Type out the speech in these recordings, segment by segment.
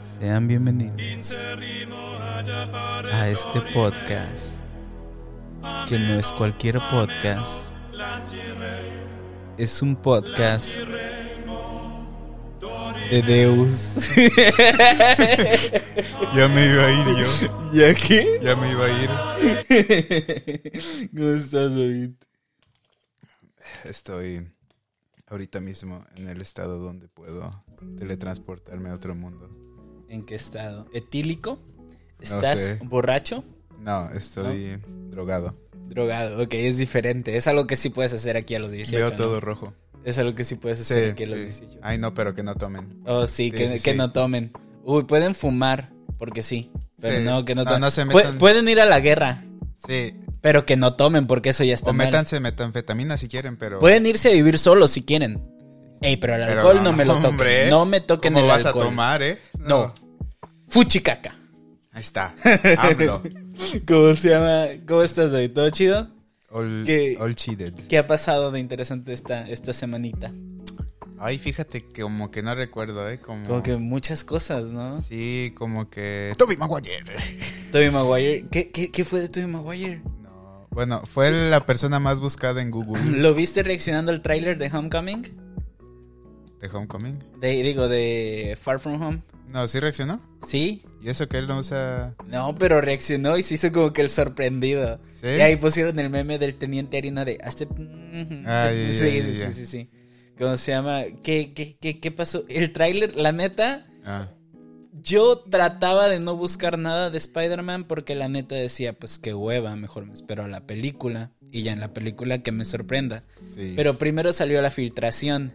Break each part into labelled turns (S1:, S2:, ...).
S1: Sean bienvenidos a este podcast que no es cualquier podcast. Es un podcast de Deus.
S2: Ya me iba a ir yo.
S1: ¿Ya qué?
S2: Ya me iba a ir.
S1: ¿Cómo estás, David?
S2: Estoy ahorita mismo en el estado donde puedo teletransportarme a otro mundo.
S1: ¿En qué estado? ¿Etílico? ¿Estás
S2: sé.
S1: borracho?
S2: No, estoy drogado.
S1: Drogado, ok, es diferente. Es algo que sí puedes hacer aquí a los 18.
S2: Veo
S1: ¿no?
S2: todo rojo.
S1: Es algo que sí puedes
S2: Sí,
S1: hacer aquí a los
S2: sí.
S1: 18.
S2: Ay, no, pero que no tomen.
S1: Oh, sí,
S2: Sí,
S1: que,
S2: sí,
S1: que
S2: sí.
S1: no tomen. Uy, pueden fumar, porque sí. Pero
S2: Sí.
S1: no, que no
S2: No,
S1: tomen.
S2: no se
S1: Pu-
S2: metan.
S1: pueden ir a la guerra,
S2: Sí,
S1: pero que no tomen, porque eso ya está
S2: o
S1: mal.
S2: métanse metanfetamina si quieren, pero.
S1: Pueden irse a vivir solos si quieren. Ey, pero el
S2: Pero
S1: alcohol no
S2: no,
S1: me lo toquen.
S2: hombre.
S1: no me toquen
S2: ¿Cómo
S1: el
S2: vas
S1: alcohol.
S2: a tomar, eh?
S1: No. Fuchicaca.
S2: Ahí está. AMLO.
S1: ¿Cómo se llama? ¿Cómo estás hoy? ¿Todo chido?
S2: All,
S1: ¿Qué?
S2: all cheated.
S1: ¿Qué ha pasado de interesante esta, esta semanita?
S2: Ay, fíjate que como que no recuerdo, eh. Como,
S1: Como que muchas cosas, ¿no?
S2: Sí, como que. Toby Maguire.
S1: Toby Maguire. ¿Qué, qué, qué fue de Toby Maguire?
S2: No. Bueno, fue la persona más buscada en Google
S1: ¿Lo viste reaccionando al tráiler de Homecoming?
S2: de Homecoming.
S1: De, digo, de Far From Home.
S2: No, sí reaccionó.
S1: ¿Sí?
S2: Y eso que él no usa.
S1: No, pero reaccionó y se hizo como que el sorprendido.
S2: Sí.
S1: Y ahí pusieron el meme del teniente harina de... Ashton.
S2: Ah, ya,
S1: sí,
S2: ya, ya,
S1: sí,
S2: ya.
S1: sí, sí, sí. ¿Cómo se llama? ¿Qué, qué, qué, qué pasó? El tráiler, la neta,
S2: Ah,
S1: yo trataba de no buscar nada de Spider-Man porque la neta decía, pues qué hueva, mejor me espero a la película. Y ya en la película que me sorprenda.
S2: sí.
S1: Pero primero salió la filtración.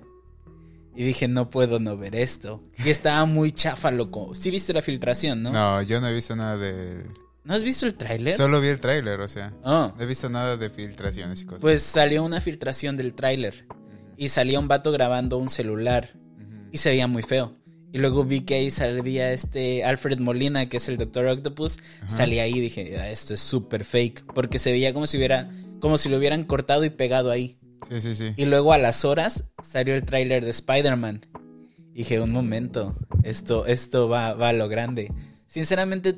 S1: Y dije, no puedo no ver esto. Y estaba muy chafa, loco. Sí viste la filtración, ¿no? ¿Eh?
S2: No, yo no he visto nada de.
S1: ¿No has visto el tráiler?
S2: Solo vi el tráiler, o sea.
S1: Ah,
S2: No he visto nada de filtraciones y cosas.
S1: Pues salió una filtración del tráiler.
S2: Ujú,
S1: Y salía un vato grabando un celular.
S2: ujú.
S1: Y se veía muy feo. Y luego vi que ahí salía este Alfred Molina, que es el Doctor Octopus.
S2: Ajá.
S1: Salía ahí y dije, "Ah, esto es súper fake. Porque se veía como si hubiera, como si lo hubieran cortado y pegado ahí.
S2: Sí, sí, sí.
S1: Y luego a las horas salió el tráiler de Spider-Man. Y Dije, un momento, esto, esto va, va a lo grande. Sinceramente,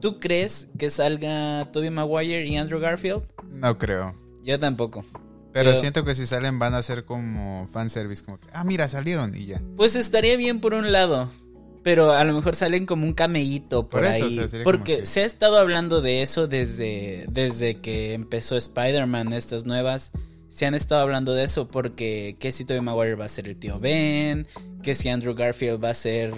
S1: ¿tú crees que salga Tobey Maguire y Andrew Garfield?
S2: No creo.
S1: Yo tampoco.
S2: Pero
S1: Pero-
S2: siento que si salen van a ser como fanservice, como que, ah, mira, salieron y ya.
S1: Pues estaría bien por un lado, pero a lo mejor salen como un camellito por,
S2: Por eso,
S1: ahí.
S2: o sea, sería como
S1: porque
S2: que-
S1: se ha estado hablando de eso desde, desde que empezó Spider-Man, estas nuevas. Se han estado hablando de eso porque que si Tobey Maguire va a ser el tío Ben, que si Andrew Garfield va a ser,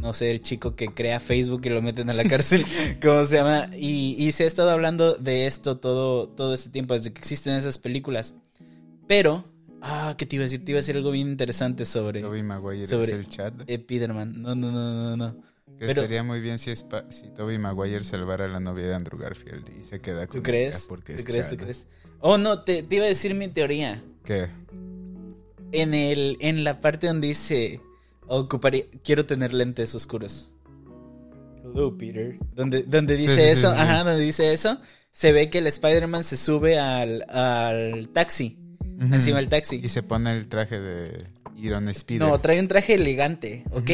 S1: no sé, el chico que crea Facebook y lo meten a la cárcel, ¿cómo se llama? Y, y se ha estado hablando de esto todo, todo este tiempo, desde que existen esas películas. Pero, ah, ¿qué te iba a decir? Te iba a decir algo bien interesante sobre...
S2: Toby Maguire es
S1: sobre-
S2: el chat. Que
S1: Spiderman. No, no, no, no, no. pero-
S2: sería muy bien si, Spa- si Toby Maguire salvara a la novia de Andrew Garfield y se queda con
S1: ¿Tú
S2: ella
S1: crees?
S2: porque
S1: ¿Tú
S2: es
S1: crees? ¿Tú
S2: Chad.
S1: crees? Oh, no, te, te iba a decir mi teoría.
S2: ¿Qué?
S1: En, el, en la parte donde dice, ocuparía, quiero tener lentes oscuros. Hello, Peter. Donde, donde dice
S2: sí, sí,
S1: eso,
S2: sí, sí.
S1: ajá, donde dice eso, se ve que el Spider-Man se sube al, al taxi, encima del taxi.
S2: Y se pone el traje de Iron Spider.
S1: No, trae un traje elegante, ¿ok?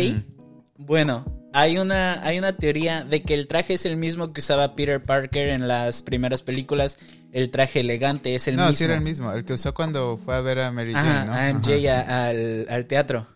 S1: Bueno, hay una, hay una teoría de que el traje es el mismo que usaba Peter Parker en las primeras películas. El traje elegante es el
S2: no,
S1: mismo.
S2: sí era el mismo. El que usó cuando fue a ver a Mary
S1: Ajá,
S2: Jane, ¿no?
S1: a MJ a- al, al teatro.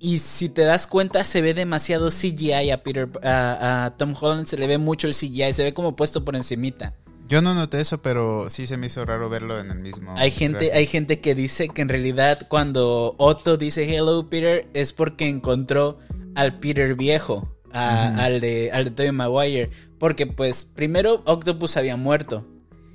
S1: Y si te das cuenta, se ve demasiado CGI a Peter, a, a Tom Holland se le ve mucho el CGI, se ve como puesto por encimita.
S2: Yo no noté eso, pero sí se me hizo raro verlo en el mismo.
S1: Hay gente,
S2: traje.
S1: hay gente que dice que en realidad cuando Otto dice hello Peter es porque encontró al Peter viejo, a-
S2: Ujú.
S1: al de al de Tobey Maguire, porque pues primero Octopus había muerto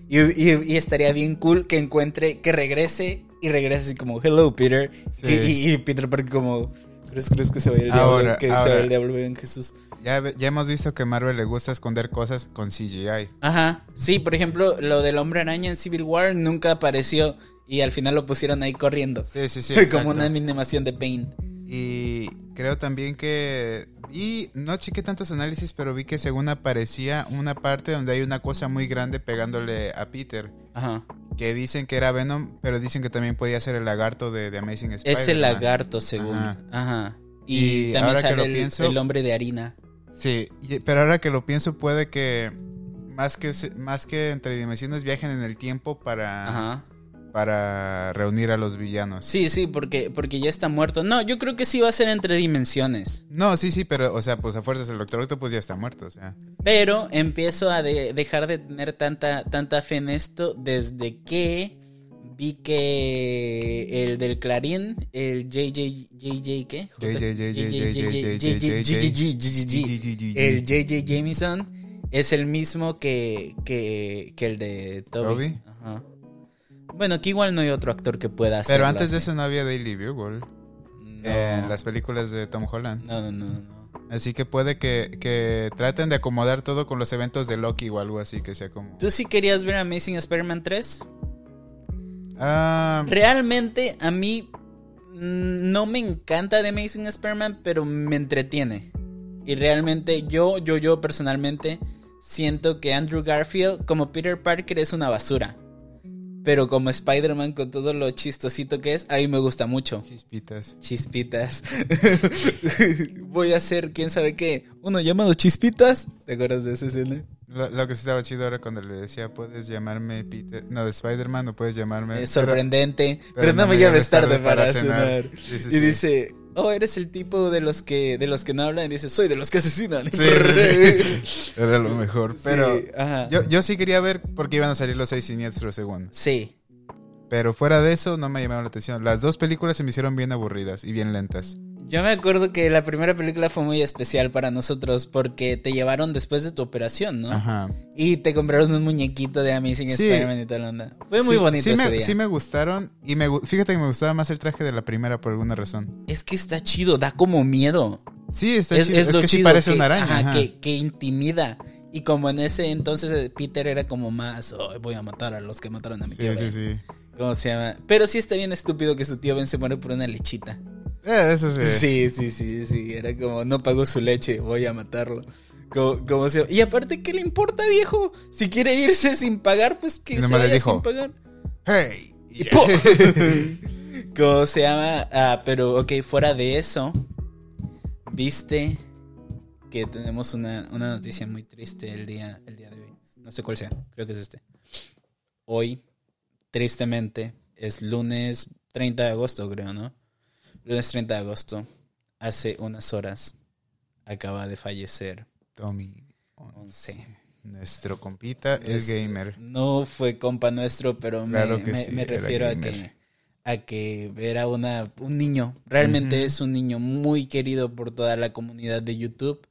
S1: y, y- y estaría bien cool que encuentre, que regrese y regrese así como hello Peter
S2: Sí.
S1: que- y, y Peter Parker como crees, crees que se vaya el diablo,
S2: Ahora,
S1: que se
S2: ahora.
S1: vaya el diablo en Jesús.
S2: Ya, ve- ya hemos visto que a Marvel le gusta esconder cosas con CGI.
S1: Ajá, sí, por ejemplo, lo del hombre araña en Civil War nunca apareció y al final lo pusieron ahí corriendo.
S2: Sí, sí, sí.
S1: como
S2: exacto.
S1: una animación de Paint.
S2: Y creo también que. Y no chequé tantos análisis, pero vi que según aparecía una parte donde hay una cosa muy grande pegándole a Peter.
S1: Ajá.
S2: Que dicen que era Venom, pero dicen que también podía ser el lagarto de, de Amazing Spider-Man.
S1: Es el lagarto, según. Ajá.
S2: Ajá.
S1: Y,
S2: Y
S1: también
S2: ahora que
S1: sale
S2: lo
S1: el,
S2: pienso-
S1: el hombre de harina.
S2: Sí, y- pero ahora que lo pienso puede que más que se- más que entre dimensiones viajen en el tiempo para,
S1: Ajá.
S2: para reunir a los villanos.
S1: Sí, sí, porque, porque ya está muerto. No, yo creo que sí va a ser entre dimensiones.
S2: No, sí, sí, pero, o sea, pues a fuerzas el Doctor Octopus ya está muerto, o sea.
S1: Pero empiezo a de- dejar de tener tanta, tanta fe en esto desde que vi que el del Clarín, el JJ, JJ, ¿qué? JJ, el JJ Jameson es el mismo que, que, que el de Toby.
S2: Toby.
S1: Ajá. Bueno, que igual no hay otro actor que pueda hacerlo.
S2: Pero antes de
S1: así.
S2: eso no había Daily Bugle
S1: No,
S2: en las películas de Tom Holland.
S1: no, no, no, no.
S2: Así que puede que, que traten de acomodar todo con los eventos de Loki o algo así, que sea como...
S1: ¿Tú sí querías ver Amazing Spider-Man 3?
S2: Ah,
S1: Realmente a mí mm, no me encanta The Amazing Spider-Man, pero me entretiene. Y realmente yo, yo, yo personalmente siento que Andrew Garfield como Peter Parker es una basura. Pero como Spider-Man con todo lo chistosito que es, a mí me gusta mucho.
S2: chispitas.
S1: Chispitas. Voy a hacer, quién sabe qué, uno llamado Chispitas. ¿Te acuerdas de esa escena?
S2: Lo, lo que sí estaba chido era cuando le decía, puedes llamarme Peter... No, de Spider-Man, no puedes llamarme...
S1: Es
S2: pero-
S1: sorprendente, pero, no me llames tarde para cenar.
S2: Sí, sí,
S1: Y
S2: sí.
S1: dice, oh, eres el tipo de los que de los que no hablan. Y dice, soy de los que asesinan.
S2: Sí, sí, sí. Era lo mejor,
S1: Sí,
S2: pero...
S1: ajá.
S2: Yo, yo sí quería ver porque iban a salir los seis siniestros según.
S1: Sí.
S2: Pero fuera de eso, no me llamaron la atención. Las dos películas se me hicieron bien aburridas y bien lentas.
S1: Yo me acuerdo que la primera película fue muy especial para nosotros porque te llevaron después de tu operación, ¿no?
S2: Ajá.
S1: Y te compraron un muñequito de Amazing
S2: Sí.
S1: Spider-Man y tal onda. Fue muy
S2: Sí-
S1: bonito
S2: sí
S1: ese
S2: me,
S1: día.
S2: Sí me gustaron y me, gu- fíjate que me gustaba más el traje de la primera por alguna razón.
S1: Es que está chido, da como miedo.
S2: Sí, está
S1: es,
S2: chido.
S1: es
S2: Es,
S1: lo
S2: que sí
S1: chido
S2: parece
S1: que-
S2: una araña.
S1: ajá,
S2: ajá.
S1: Que, que intimida. Y como en ese entonces eh, Peter era como más, "Ay, voy a matar a los que mataron a mi tío.
S2: Sí, sí,
S1: Ben".
S2: sí.
S1: ¿Cómo se llama? Pero sí está bien estúpido que su tío Ben se muere por una lechita.
S2: Eh, eso sí.
S1: Sí, sí, sí, sí. Era como, no pagó su leche, voy a matarlo. Como, como se... Y aparte, ¿qué le importa, viejo? Si quiere irse sin pagar, pues que
S2: Nomás
S1: se
S2: le
S1: vaya
S2: dijo,
S1: sin pagar.
S2: Hey.
S1: Y ¡pum! ¿Cómo se llama? Ah, pero ok, fuera de eso, viste que tenemos una, una noticia muy triste el día, el día de hoy. No sé cuál sea, creo que es este. Hoy, tristemente, es lunes 30 de agosto, creo, ¿no? Lunes 30 de agosto, hace unas horas, acaba de fallecer.
S2: Tommy.
S1: Once.
S2: Nuestro compita, el
S1: Nuestro-
S2: gamer.
S1: No fue compa nuestro, pero me,
S2: Claro que
S1: me-
S2: sí,
S1: me
S2: era
S1: refiero a
S2: gamer.
S1: que, a que era una, un niño. Realmente
S2: Ujú.
S1: es un niño muy querido por toda la comunidad de YouTube.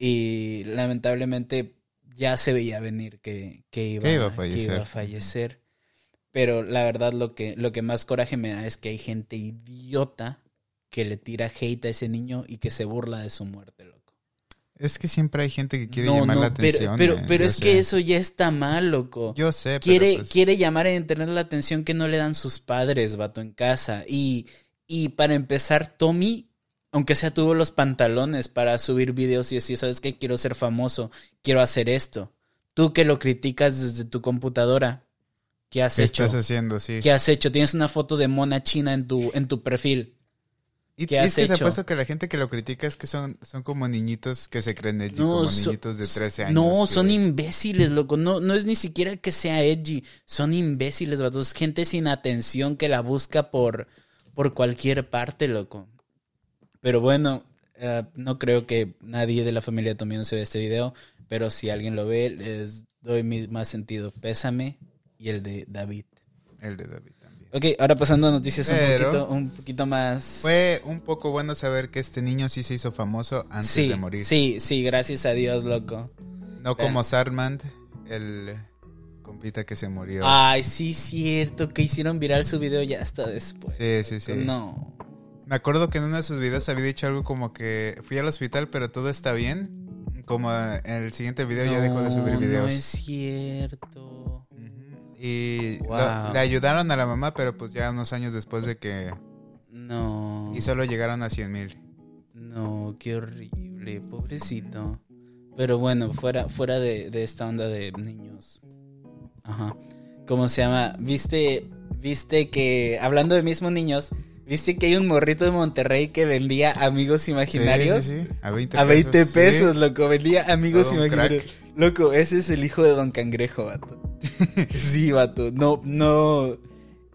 S1: Y lamentablemente ya se veía venir que, que iba,
S2: Que iba a
S1: que
S2: fallecer.
S1: iba a fallecer. Pero la verdad lo que, lo que más coraje me da es que hay gente idiota que le tira hate a ese niño y que se burla de su muerte, loco.
S2: Es que siempre hay gente que quiere
S1: No,
S2: llamar
S1: no,
S2: la
S1: pero-
S2: atención.
S1: Pero,
S2: eh,
S1: pero,
S2: yo
S1: es
S2: sé.
S1: que eso ya está mal, loco
S2: Yo sé, pero
S1: quiere,
S2: pues-
S1: quiere llamar en internet la atención que no le dan sus padres, vato, en casa. Y, y para empezar, Tommy, aunque sea tuvo los pantalones para subir videos y decir, ¿sabes qué? Quiero ser famoso, quiero hacer esto. Tú que lo criticas desde tu computadora, ¿qué has
S2: ¿Qué
S1: hecho?
S2: estás haciendo? Sí.
S1: ¿Qué has hecho? Tienes una foto de mona china en tu, en tu perfil.
S2: Y,
S1: ¿Qué
S2: y
S1: has
S2: es que te
S1: hecho?
S2: apuesto que la gente que lo critica es que son, son como niñitos que se creen edgy, como
S1: so-
S2: niñitos de 13 años.
S1: No,
S2: que-
S1: son imbéciles, loco. No, no es ni siquiera que sea edgy. Son imbéciles, vato. Es gente sin atención que la busca por, por cualquier parte, loco. Pero bueno, eh, no creo que nadie de la familia Tomión se vea este video. Pero si alguien lo ve, les doy mi más sentido. Pésame y el de David.
S2: El de David también.
S1: Ok, ahora pasando a noticias
S2: Pero-
S1: un, poquito, un poquito más.
S2: Fue un poco bueno saber que este niño sí se hizo famoso antes
S1: sí,
S2: de morir.
S1: Sí, sí, gracias a Dios, loco.
S2: No como Sarmand, el compita que se murió.
S1: Ay, sí, cierto, que hicieron viral su video ya hasta después.
S2: sí, sí, sí.
S1: No.
S2: Me acuerdo que en uno de sus videos había dicho algo como que fui al hospital, pero todo está bien. Como en el siguiente video ya dejó de subir
S1: No,
S2: videos.
S1: No es cierto.
S2: Ujú. Y lo-
S1: Wow.
S2: le ayudaron a la mamá, pero pues ya unos años después de que
S1: No.
S2: Y solo llegaron a 100 mil.
S1: No, qué horrible, pobrecito. Pero bueno, fuera, fuera de, de esta onda de niños. Ajá. ¿Cómo se llama? Viste, viste que, hablando de mismos niños, ¿Viste que hay un morrito de Monterrey que vendía amigos imaginarios?
S2: Sí, sí, sí. A 20
S1: A 20 pesos,
S2: pesos. sí.
S1: loco, vendía amigos
S2: Todo un
S1: imaginarios. Loco, ese es el hijo de Don Cangrejo, vato. sí, vato. No, no.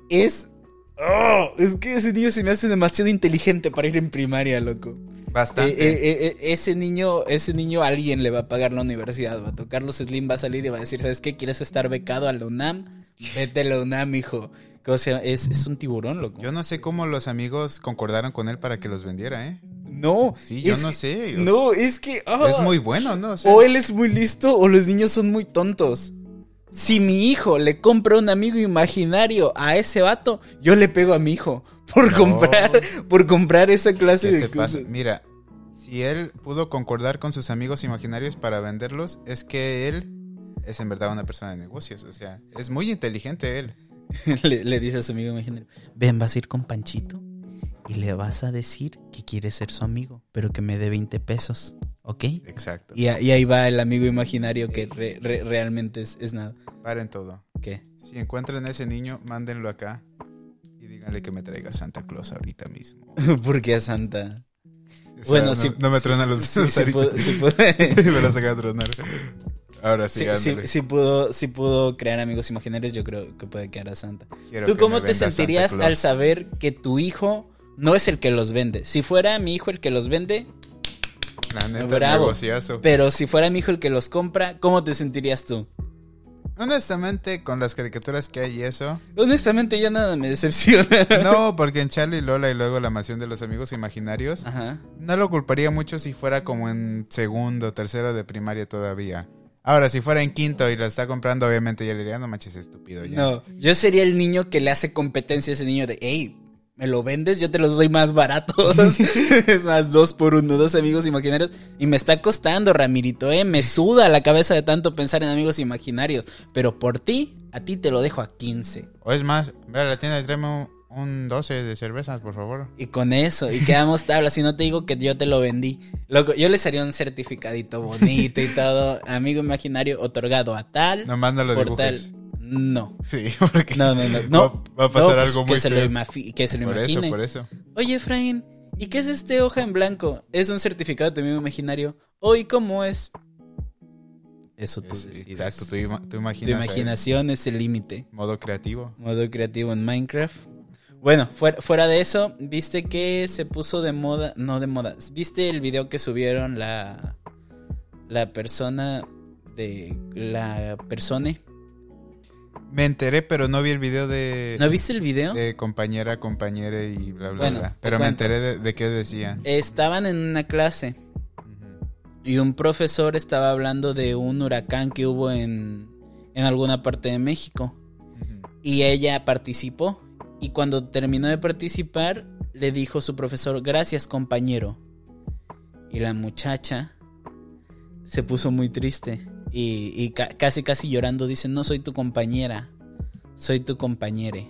S1: Es. ¡Oh! es que ese niño se me hace demasiado inteligente para ir en primaria, loco. Eh,
S2: Bastante.
S1: eh, eh, eh, ese niño, ese niño a alguien le va a pagar la universidad, vato. Carlos Slim va a salir y va a decir, ¿sabes qué? ¿Quieres estar becado a la UNAM? Vete a la UNAM, hijo. O sea, es, es un tiburón, loco.
S2: Yo no sé cómo los amigos concordaron con él para que los vendiera, ¿eh?
S1: No.
S2: Sí, yo
S1: es
S2: no
S1: que-
S2: sé. yo-
S1: No, es que. ah.
S2: Es muy bueno, ¿no? O sea,
S1: O él es muy listo o los niños son muy tontos. Si mi hijo le compra un amigo imaginario a ese vato, yo le pego a mi hijo por
S2: No.
S1: comprar por comprar esa clase
S2: ¿qué
S1: de
S2: te pasa?
S1: cosas.
S2: Mira, si él pudo concordar con sus amigos imaginarios para venderlos, es que él es en verdad una persona de negocios. O sea, es muy inteligente él.
S1: Le, le dice a su amigo imaginario, "Ven, vas a ir con Panchito y le vas a decir que quieres ser su amigo, pero que me dé 20 pesos, ¿ok?"
S2: Exacto.
S1: Y, a- y ahí va el amigo imaginario que re- re- realmente es, es nada.
S2: Paren todo.
S1: ¿Qué?
S2: Si encuentran a ese niño, mándenlo acá y díganle que me traiga Santa Claus ahorita mismo.
S1: Porque a Santa.
S2: O sea,
S1: Bueno,
S2: no,
S1: sí.
S2: no me
S1: sí-
S2: truenan los
S1: sí-
S2: dedos
S1: sí
S2: ahorita.
S1: puedo- sí puedo-
S2: me los acaba de tronar. Ahora sí,
S1: Sí, sí,
S2: ándale.
S1: sí pudo, sí pudo crear amigos imaginarios, yo creo que puede crear a Santa.
S2: Quiero
S1: ¿Tú
S2: que
S1: cómo
S2: me
S1: te
S2: venda Santa
S1: sentirías
S2: Claus.
S1: al saber que tu hijo no es el que los vende? Si fuera mi hijo el que los vende,
S2: La neta,
S1: Bravo.
S2: negociazo.
S1: pero si fuera mi hijo el que los compra, ¿cómo te sentirías tú?
S2: Honestamente, con las caricaturas que hay y eso.
S1: Honestamente, ya nada me decepciona.
S2: No, porque en Charlie Lola y luego la mansión de los amigos imaginarios.
S1: Ajá.
S2: No lo culparía mucho si fuera como en segundo, tercero de primaria todavía. Ahora, si fuera en quinto y lo está comprando, obviamente ya le diría, no manches, estúpido. Ya.
S1: No, yo sería el niño que le hace competencia a ese niño de, hey, ¿me lo vendes? Yo te los doy más baratos. es más, dos por uno, dos amigos imaginarios. Y me está costando, Ramirito, ¿eh? Me suda la cabeza de tanto pensar en amigos imaginarios. Pero por ti, a ti te lo dejo a 15.
S2: O es más, ve a la tienda y tráeme un, un 12 de cervezas, por favor.
S1: Y con eso, y quedamos tablas. Y no te digo que yo te lo vendí. Loco, yo les haría un certificadito bonito y todo. Amigo imaginario otorgado a tal.
S2: Nomás no lo
S1: por
S2: dibujes.
S1: tal. No.
S2: Sí, porque
S1: No, no, no.
S2: va-
S1: no.
S2: va, a pasar
S1: No, pues,
S2: algo
S1: que
S2: muy
S1: se, lo
S2: feo.
S1: imafi- que se lo
S2: Por
S1: imagine.
S2: eso, por eso.
S1: Oye, Efraín, ¿y qué es este hoja en blanco? Es un certificado de mi imaginario. Hoy, ¿cómo es? Eso tú
S2: Es-
S1: decides.
S2: exacto, tú, ima- tú
S1: Tu
S2: imaginas. ahí.
S1: imaginación es el límite.
S2: Modo creativo.
S1: Modo creativo en Minecraft. Bueno, fuera, fuera de eso, viste que se puso de moda. No de moda. ¿Viste el video que subieron la. La persona de. La persona.
S2: Me enteré, pero no vi el video de,
S1: ¿No viste el video?
S2: de compañera, compañera y bla, bla,
S1: Bueno,
S2: bla.
S1: te
S2: Pero me
S1: cuento. Eh,
S2: enteré de, de qué decía.
S1: Estaban en una clase.
S2: Ujú.
S1: y un profesor estaba hablando de un huracán que hubo en, en alguna parte de México.
S2: Ujú.
S1: Y ella participó. Y cuando terminó de participar, le dijo su profesor, gracias compañero. Y la muchacha se puso muy triste. Y, y ca- casi, casi llorando dice, no soy tu compañera, soy tu compañere.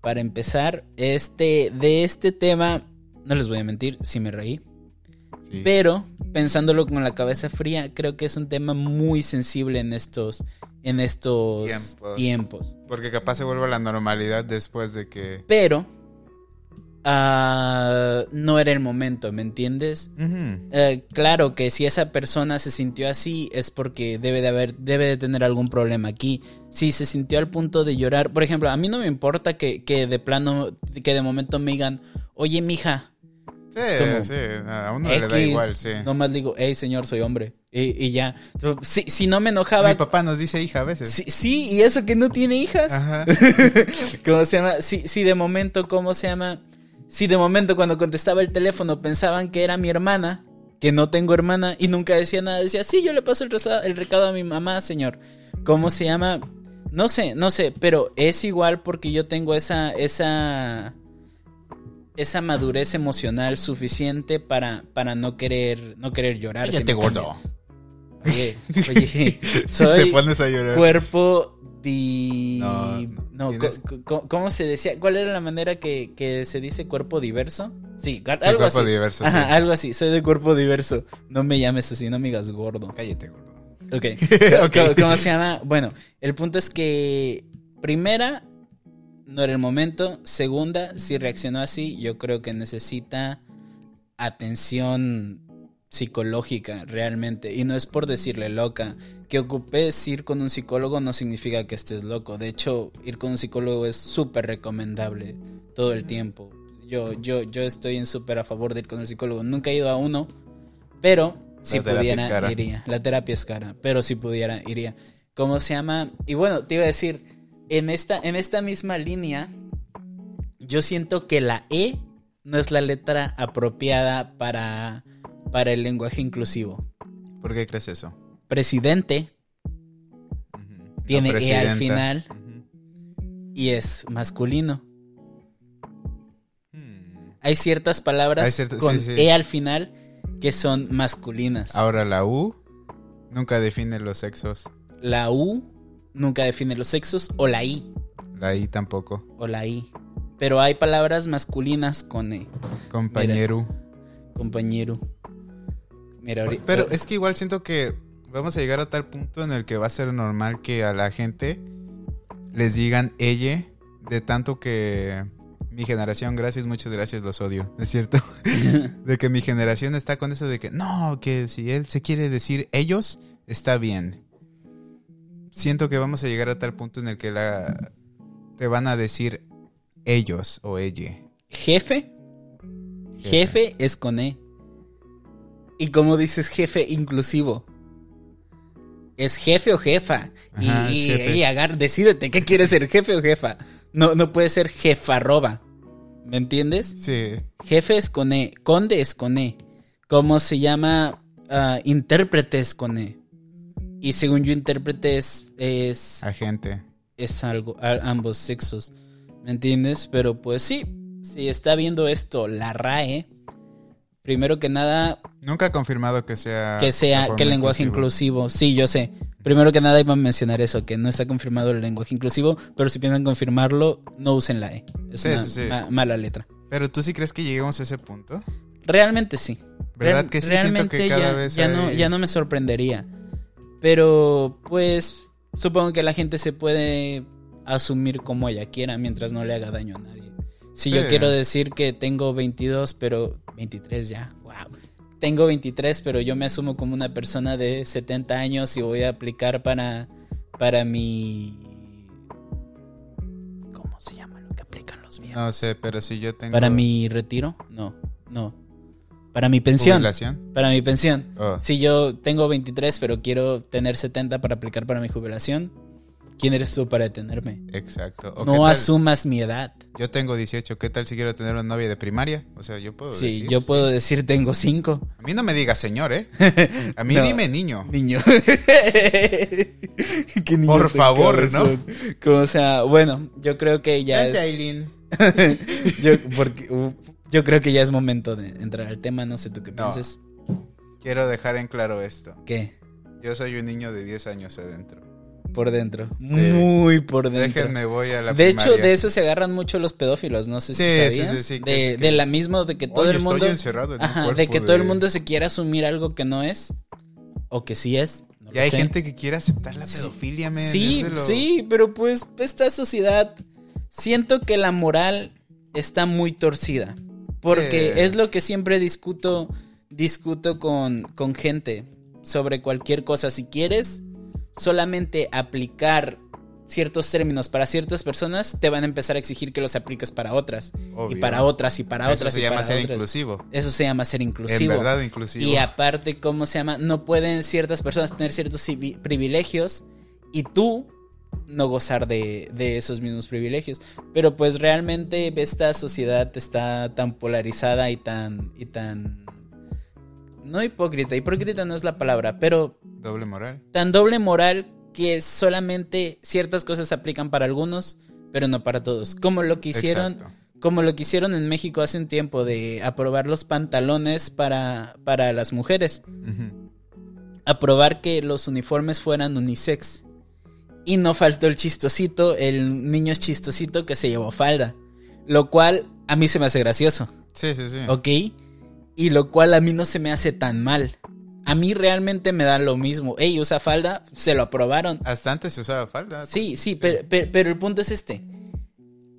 S1: Para empezar, este, de este tema, no les voy a mentir, si me reí.
S2: Sí.
S1: Pero pensándolo con la cabeza fría, creo que es un tema muy sensible en estos en estos
S2: Tiempos.
S1: tiempos.
S2: Porque capaz se vuelve a la normalidad después de que...
S1: Pero ah, no era el momento, ¿me entiendes?
S2: Ujú.
S1: Eh, claro que si esa persona se sintió así es porque debe de haber debe de tener algún problema aquí. Si se sintió al punto de llorar, por ejemplo, a mí no me importa que, que de plano que de momento me digan, "Oye, mija,
S2: Sí,
S1: Es como-
S2: sí, a uno le da
S1: X,
S2: igual, sí.
S1: Nomás digo, hey señor, soy hombre. Y, y ya. Si, si no me
S2: Mi
S1: enojaba.
S2: papá nos dice hija a veces.
S1: Sí, sí, y eso que no tiene hijas.
S2: Ajá.
S1: ¿Cómo se llama? Si, si de momento, ¿cómo se llama? Si de momento cuando contestaba el teléfono pensaban que era mi hermana, que no tengo hermana, y nunca decía nada, decía, sí, yo le paso el, reza- el recado a mi mamá, señor. ¿Cómo se llama? No sé, no sé, pero es igual porque yo tengo esa, esa, esa madurez emocional suficiente para, para no querer, no querer llorar. si me Oye, oye,
S2: Te
S1: soy
S2: pones a llorar.
S1: cuerpo di...
S2: No,
S1: No,
S2: no,
S1: co-
S2: tienes-
S1: co- co- ¿cómo se decía? ¿Cuál era la manera que, que se dice cuerpo diverso? Sí, gu-
S2: El
S1: algo
S2: cuerpo
S1: así.
S2: diverso, sí.
S1: Ajá, algo así. Soy de cuerpo diverso. No me llames así, no me digas gordo.
S2: Cállate, gordo.
S1: Ok.
S2: Ok.
S1: ¿Cómo, cómo se llama? Bueno, el punto es que primera no era el momento. Segunda, si reaccionó así, yo creo que necesita atención psicológica realmente. Y no es por decirle loca. Que ocupes ir con un psicólogo no significa que estés loco. De hecho, ir con un psicólogo es súper recomendable todo el tiempo. Yo, yo, yo estoy en súper a favor de ir con el psicólogo. Nunca he ido a uno, pero si
S2: terapia es
S1: pudiera,
S2: cara.
S1: iría. La terapia es cara, pero si pudiera, iría. ¿Cómo se llama? Y bueno, te iba a decir, en esta, en esta misma línea, yo siento que la E no es la letra apropiada para, para el lenguaje inclusivo.
S2: ¿Por qué crees eso?
S1: Presidente
S2: Ujú.
S1: Tiene E al
S2: presidenta.
S1: final.
S2: Ujú.
S1: y es masculino.
S2: Hmm.
S1: Hay ciertas palabras
S2: Hay ciertas-
S1: con
S2: sí, sí.
S1: E al final que son masculinas.
S2: Ahora la U nunca define los sexos.
S1: La U nunca define los sexos o la I
S2: La I tampoco.
S1: o la I. Pero hay palabras masculinas con E,
S2: Compañero.
S1: compañero. Mira, ahorita-
S2: Pero es que igual siento que vamos a llegar a tal punto en el que va a ser normal que a la gente les digan ella de tanto que mi generación, gracias, muchas gracias, los odio, ¿no ¿es cierto? de que mi generación está con eso de que no, que si él se quiere decir ellos, está bien. Siento que vamos a llegar a tal punto en el que la te van a decir ellos o ella.
S1: jefe, jefe es con E. Y como dices jefe inclusivo. ¿Es jefe o jefa? Y,
S2: Ajá, es
S1: y-
S2: jefe.
S1: y agar, decídete, ¿qué quieres ser, jefe o jefa? No, no puede ser jefarroba. ¿Me entiendes?
S2: Sí.
S1: Jefe es con E, conde es con E. ¿Cómo se llama? Ah, intérprete es con E. Y según yo, intérprete es, es,
S2: Agente.
S1: es algo, a- ambos sexos. ¿Me entiendes? Pero pues sí, si está viendo esto la RAE, primero que nada,
S2: Nunca ha confirmado que sea
S1: que
S2: de
S1: sea,
S2: forma
S1: que el lenguaje inclusivo. Sí, yo sé. Primero que nada iba a mencionar eso, que no está confirmado el lenguaje inclusivo, pero si piensan confirmarlo, no usen la E. Es
S2: Sí,
S1: una
S2: sí, sí.
S1: ma- mala letra.
S2: Pero tú sí crees que lleguemos a ese punto?
S1: Realmente sí.
S2: ¿Verdad
S1: Real-
S2: que sí siento
S1: realmente
S2: que cada
S1: ya,
S2: vez
S1: ya no,
S2: hay-
S1: ya no me sorprendería. Pero pues supongo que la gente se puede asumir como ella quiera mientras no le haga daño a nadie. Si yo
S2: Sí.
S1: quiero decir que tengo 22, pero 23 ya, wow. Tengo 23, pero yo me asumo como una persona de 70 años y voy a aplicar para para mi ¿Cómo se llama lo que aplican los viejos?
S2: No sé, pero si yo tengo
S1: Para mi retiro? No, no. Para mi pensión.
S2: jubilación.
S1: Para mi pensión.
S2: Oh,
S1: Si yo tengo 23, pero quiero tener 70 para aplicar para mi jubilación, ¿quién eres tú para detenerme?
S2: Exacto. ¿O qué
S1: No
S2: tal?
S1: asumas mi edad.
S2: Yo tengo 18, ¿qué tal si quiero tener una novia de primaria? O sea, yo puedo
S1: Sí,
S2: decir.
S1: yo puedo decir tengo 5.
S2: A mí no me digas señor, ¿eh? A mí
S1: No.
S2: dime niño.
S1: Niño. Qué niño
S2: Por
S1: tan
S2: favor, ¿no?
S1: cabezón. Como, o sea, bueno, yo creo que ya
S2: Vente,
S1: es...
S2: Aileen.
S1: yo, porque- uh, yo creo que ya es momento de entrar al tema. No sé tú qué
S2: No.
S1: piensas.
S2: Quiero dejar en claro esto.
S1: ¿Qué?
S2: Yo soy un niño de 10 años adentro.
S1: Por dentro.
S2: Sí.
S1: Muy por dentro.
S2: Déjenme, voy a la
S1: de hecho,
S2: primaria.
S1: de eso se agarran mucho los pedófilos, no sé si
S2: Sí, sí,
S1: sabías.
S2: sí, sí, que
S1: de,
S2: sí, que-
S1: de la misma, de que todo
S2: Hoy
S1: el mundo.
S2: estoy encerrado en un
S1: Ajá, de
S2: cuerpo
S1: que todo el mundo se quiera asumir algo que no es. O que sí es. no
S2: Y
S1: lo
S2: hay
S1: sé.
S2: gente que quiere aceptar la
S1: Sí.
S2: pedofilia, men,
S1: Sí,
S2: es de lo-
S1: sí, pero pues esta sociedad. Siento que la moral está muy torcida. Porque
S2: Sí.
S1: es lo que siempre discuto. Discuto con, con gente sobre cualquier cosa. Si quieres solamente aplicar ciertos términos para ciertas personas, te van a empezar a exigir que los apliques para otras.
S2: Obvio.
S1: Y para otras, y para
S2: Eso
S1: otras.
S2: se
S1: y
S2: llama
S1: para
S2: ser
S1: otras.
S2: inclusivo.
S1: Eso se llama ser inclusivo.
S2: En verdad, inclusivo.
S1: Y aparte, ¿cómo se llama? No pueden ciertas personas tener ciertos civi- privilegios y tú no gozar de, de esos mismos privilegios. Pero pues realmente esta sociedad está tan polarizada y tan... Y tan no hipócrita, hipócrita no es la palabra, pero
S2: Doble moral.
S1: tan doble moral que solamente ciertas cosas se aplican para algunos, pero no para todos. Como lo que hicieron
S2: Exacto.
S1: como lo que hicieron en México hace un tiempo de aprobar los pantalones para, para las mujeres,
S2: Ujú.
S1: aprobar que los uniformes fueran unisex. Y no faltó el chistosito, el niño chistosito que se llevó falda, lo cual a mí se me hace gracioso,
S2: Sí, sí, sí.
S1: ¿ok? Y lo cual a mí no se me hace tan mal. A mí realmente me da lo mismo. Ey, usa falda, se lo aprobaron.
S2: Ah, Hasta antes se usaba falda.
S1: Sí, sí, pero, pero, el punto es este.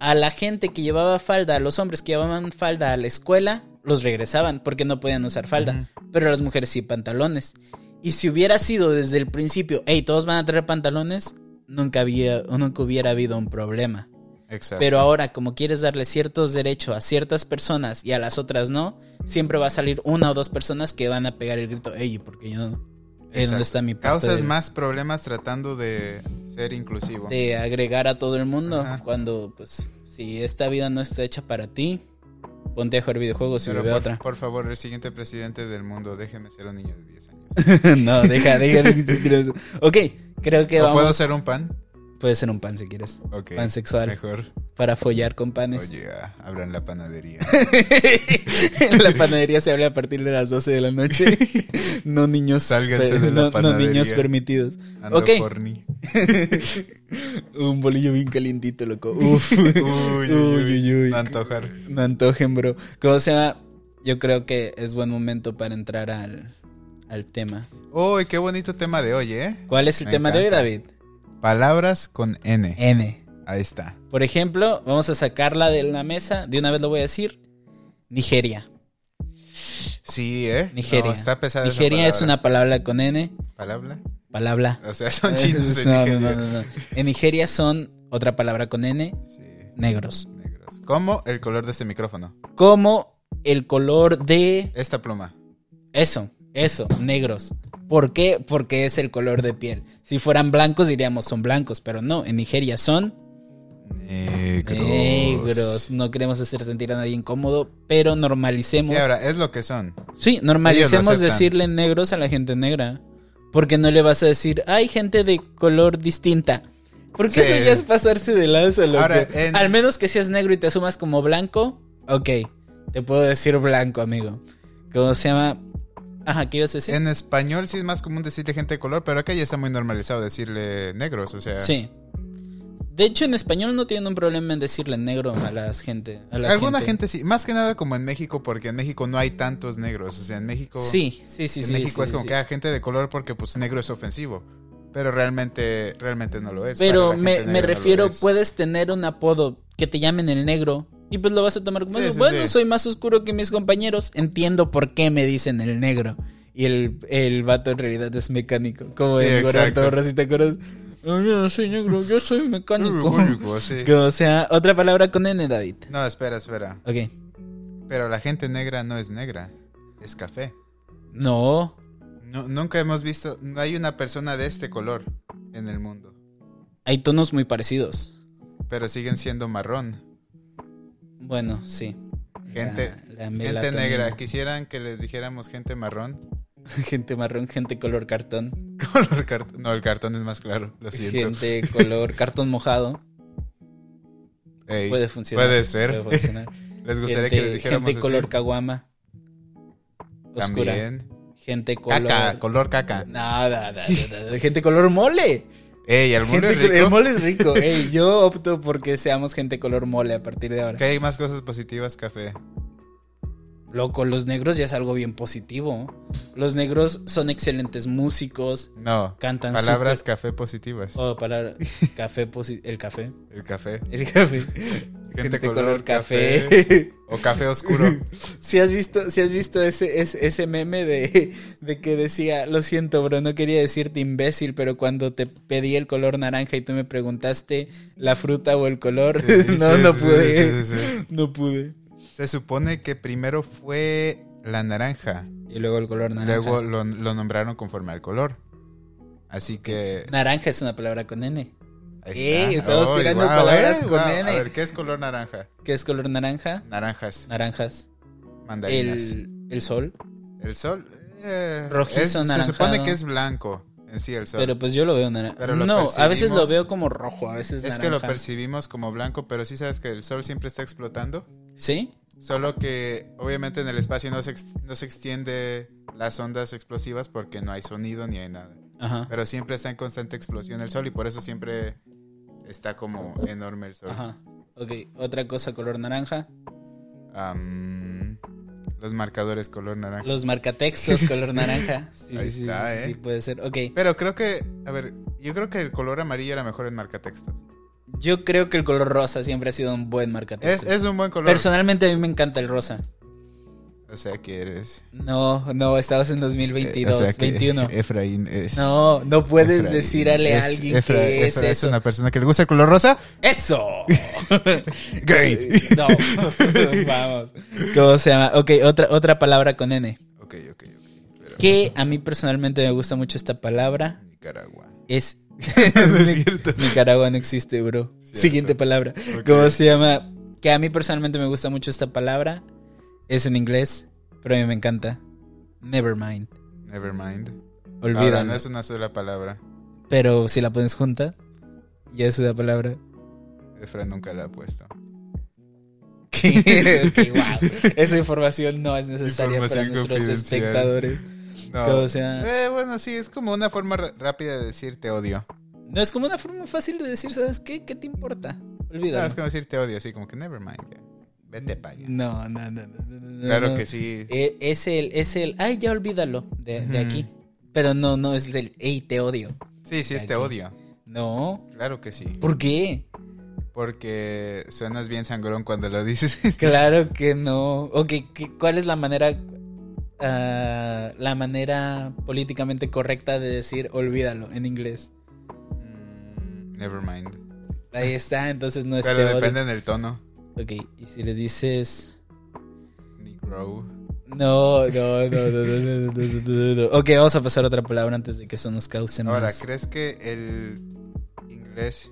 S1: a la gente que llevaba falda, a los hombres que llevaban falda a la escuela, los regresaban porque no podían usar falda, pero las mujeres sí pantalones. Y si hubiera sido desde el principio, hey, todos van a traer pantalones, nunca, había, nunca hubiera habido un problema.
S2: Exacto.
S1: Pero ahora, como quieres darle ciertos derechos a ciertas personas y a las otras no, siempre va a salir una o dos personas que van a pegar el grito, ey, porque yo no. Ey,
S2: Exacto.
S1: ¿Dónde está mi parte
S2: Causas
S1: del-
S2: más problemas tratando de ser inclusivo.
S1: de agregar a todo el mundo
S2: Ajá.
S1: cuando, pues, si esta vida no está hecha para ti, ponte a jugar videojuegos y
S2: Pero
S1: bebe
S2: por,
S1: otra.
S2: por favor, el siguiente presidente del mundo, déjeme ser un niño de 10 años.
S1: no, deja, deja de insistir en eso. Ok, creo que
S2: ¿O
S1: vamos.
S2: puedo ser un pan?
S1: Puede ser un pan si quieres.
S2: Ok.
S1: Pan sexual.
S2: Mejor.
S1: Para follar con panes.
S2: Oye, ah, abran la panadería.
S1: la panadería se abre a partir de las 12 de la noche. No niños.
S2: Sálganse
S1: pe-
S2: de la
S1: no- no niños
S2: panadería.
S1: permitidos.
S2: Ando
S1: Ok.
S2: horny.
S1: Un bolillo bien calientito, loco. Uf. Uy,
S2: Uy,
S1: uy, uy.
S2: no antojar.
S1: No antojen, bro. ¿Cómo se llama? Yo creo que es buen momento para entrar al, al tema.
S2: Uy, qué bonito tema de hoy, ¿eh?
S1: ¿Cuál es el
S2: Me
S1: tema de hoy,
S2: encanta.
S1: David?
S2: Palabras con N.
S1: N.
S2: Ahí está.
S1: Por ejemplo, vamos a sacarla de la mesa. De una vez lo voy a decir. Nigeria.
S2: Sí, ¿eh?
S1: Nigeria.
S2: No, está pesada esa
S1: Nigeria es
S2: palabra.
S1: una palabra con N.
S2: ¿Palabra?
S1: Palabra.
S2: O sea, son chinos de
S1: No, no,
S2: Nigeria.
S1: no, no, no. En Nigeria son, otra palabra con N,
S2: Sí,
S1: negros.
S2: negros. Como el color de este micrófono.
S1: Como el color de...
S2: Esta pluma.
S1: Eso, eso, negros. ¿Por qué? Porque es el color de piel. Si fueran blancos diríamos son blancos, pero no, en Nigeria son
S2: Negros.
S1: negros. No queremos hacer sentir a nadie incómodo, pero normalicemos...
S2: Y ahora, es lo que son.
S1: Sí,
S2: Ellos lo
S1: normalicemos
S2: aceptan.
S1: decirle negros a la gente negra. Porque no le vas a decir, hay gente de color distinta. Porque
S2: Sí.
S1: eso ya es pasarse de lanza, loco.
S2: Ahora, en-
S1: Al menos que seas negro y te asumas como blanco. Ok, te puedo decir blanco, amigo. ¿Cómo se llama? Ajá, ¿qué ibas a decir?
S2: En español sí es más común decirle gente de color, pero acá ya está muy normalizado decirle negros, o sea.
S1: Sí. De hecho, en español no tienen un problema en decirle negro a la gente. a la
S2: Alguna gente. sí, más que nada como en México, porque en México no hay tantos negros, o sea, en México
S1: Sí, sí, sí,
S2: en
S1: sí.
S2: México
S1: sí,
S2: es
S1: sí,
S2: como
S1: sí.
S2: que hay gente de color porque pues negro es ofensivo, pero realmente realmente no lo es.
S1: Pero
S2: para la gente
S1: me,
S2: negra
S1: me
S2: no lo
S1: refiero,
S2: es.
S1: puedes tener un apodo que te llamen el negro y pues lo vas a tomar como
S2: Sí,
S1: eso.
S2: sí,
S1: bueno,
S2: sí.
S1: soy más oscuro que mis compañeros, entiendo por qué me dicen el negro. Y el, el vato en realidad es mecánico, como
S2: Sí,
S1: el Roberto
S2: exacto.
S1: Borras, si te acuerdas. "Ah, Yo no soy negro, yo soy mecánico.
S2: Único, sí.
S1: Que, o sea, otra palabra con N, David.
S2: No, espera, espera.
S1: Ok.
S2: Pero la gente negra no es negra, es café.
S1: No,
S2: No- nunca hemos visto, no hay una persona de este color en el mundo,
S1: hay tonos muy parecidos.
S2: pero siguen siendo marrón.
S1: Bueno, sí.
S2: Gente-
S1: La- la
S2: Gente
S1: melatonina.
S2: negra, quisieran que les dijéramos gente marrón.
S1: Gente marrón, gente color cartón.
S2: Color cart- no, el cartón es más claro, lo siento.
S1: Gente color cartón mojado.
S2: Ey,
S1: Puede funcionar.
S2: puede ser.
S1: Puede funcionar.
S2: les gustaría
S1: pues, gente,
S2: que les dijéramos
S1: gente
S2: así.
S1: color caguama. Oscura.
S2: También.
S1: Gente color.
S2: Caca, color caca.
S1: Nada, nada, nada. Gente color mole.
S2: Ey, al mundo
S1: Gente
S2: es
S1: col- El
S2: rico.
S1: mole es rico. Ey, yo opto porque seamos gente color mole a partir de ahora.
S2: Que hay más cosas positivas, café.
S1: Loco, los negros ya es algo bien positivo. Los negros son excelentes músicos.
S2: No.
S1: Cantan
S2: Palabras
S1: súper-
S2: café positivas.
S1: Oh, palabra- Café posi- El café.
S2: El café.
S1: El café.
S2: Gente, color, café. O café oscuro.
S1: Si has visto, si has visto ese, ese, ese meme de, de que decía, lo siento, bro, no quería decirte imbécil, pero cuando te pedí el color naranja y tú me preguntaste la fruta o el color,
S2: Sí,
S1: no,
S2: sí,
S1: no
S2: sí,
S1: pude.
S2: sí, sí, sí.
S1: No pude.
S2: Se supone que primero fue la naranja.
S1: Y luego el color naranja.
S2: Luego lo, lo nombraron conforme al color. Así que.
S1: Naranja es una palabra con N.
S2: ahí
S1: Ey, estamos tirando palabras con N.
S2: A ver, ¿qué es color naranja?
S1: ¿Qué es color naranja?
S2: Naranjas,
S1: Naranjas.
S2: mandarinas. El,
S1: El, el sol.
S2: sol. eh,
S1: Rojizo,
S2: es- Se
S1: anaranjado.
S2: supone que es blanco en sí el sol.
S1: Pero pues yo lo veo naranja.
S2: Pero lo
S1: No, a veces lo
S2: percibimos-
S1: veo como rojo, a veces
S2: es
S1: naranja.
S2: que lo percibimos como blanco, pero sí sabes que el sol siempre está explotando.
S1: ¿Sí?
S2: Solo que obviamente en el espacio no se, ex- no se extiende las ondas explosivas porque no hay sonido ni hay nada.
S1: Ajá.
S2: Pero siempre está en constante explosión el sol y por eso siempre está como enorme el sol.
S1: Ajá. Ok, otra cosa color naranja.
S2: Am, los marcadores color naranja.
S1: Los marcatextos color naranja. Sí,
S2: Ahí
S1: sí, sí,
S2: está,
S1: sí, sí,
S2: ¿eh?
S1: puede ser. Ok,
S2: Pero creo que, a ver, yo creo que el color amarillo era mejor en marcatextos.
S1: Yo creo que el color rosa siempre ha sido un buen marcatextos.
S2: Es, es un buen color.
S1: Personalmente a mí me encanta el rosa.
S2: o sea que eres.
S1: No, no, estamos en 2022,
S2: o sea que
S1: 21.
S2: Efraín es.
S1: no, no puedes
S2: Efraín
S1: decirle a
S2: es-
S1: alguien
S2: Efra-
S1: que es
S2: Efra
S1: eso.
S2: una persona que le gusta el color rosa.
S1: ¡Eso!
S2: Gay.
S1: no, vamos. ¿Cómo se llama? Ok, otra, otra palabra con N.
S2: Ok, ok, ok. Pero-
S1: Que a mí personalmente me gusta mucho esta palabra.
S2: Nicaragua.
S1: Es
S2: no es cierto.
S1: Nicaragua no existe, bro.
S2: Cierto.
S1: Siguiente palabra.
S2: Ok.
S1: ¿Cómo se llama? Que a mí personalmente me gusta mucho esta palabra. Es en inglés, pero a mí me encanta. Nevermind.
S2: Never mind. Ahora
S1: Olvídalo.
S2: no es una sola palabra.
S1: Pero si la pones junta, ya es una palabra.
S2: Efra nunca la ha puesto.
S1: Ok, wow. Esa información no es necesaria
S2: Información
S1: para nuestros
S2: confidencial.
S1: espectadores.
S2: No.
S1: O sea-
S2: Eh, bueno, sí, es como una forma r- rápida de decir te odio.
S1: No es como una forma fácil de decir, ¿sabes qué? ¿Qué te importa?
S2: No,
S1: Olvídalo.
S2: Ah, es como decir te odio, así como que never mind. ya. Vete para allá.
S1: No, no, no, no, no, no,
S2: claro
S1: no.
S2: que sí.
S1: Eh, es el, es el, ay, ya olvídalo de, de
S2: Ujú.
S1: aquí. Pero no, no es del, hey, te odio.
S2: Sí, sí, es te
S1: aquí.
S2: odio.
S1: No.
S2: Claro que sí.
S1: ¿Por qué?
S2: Porque suenas bien sangrón cuando lo dices.
S1: Claro que no. Ok, ¿qué- ¿cuál es la manera, ah, la manera políticamente correcta de decir olvídalo en inglés?
S2: Mm, Never mind.
S1: Ahí está, entonces no es
S2: Pero
S1: te odio.
S2: depende del tono.
S1: Ok, y si le dices...
S2: Negro.
S1: No, no, no, no, no, no, no, no, no, no. Ok, vamos a pasar a otra palabra antes de que eso nos cause más.
S2: Ahora, ¿crees que el inglés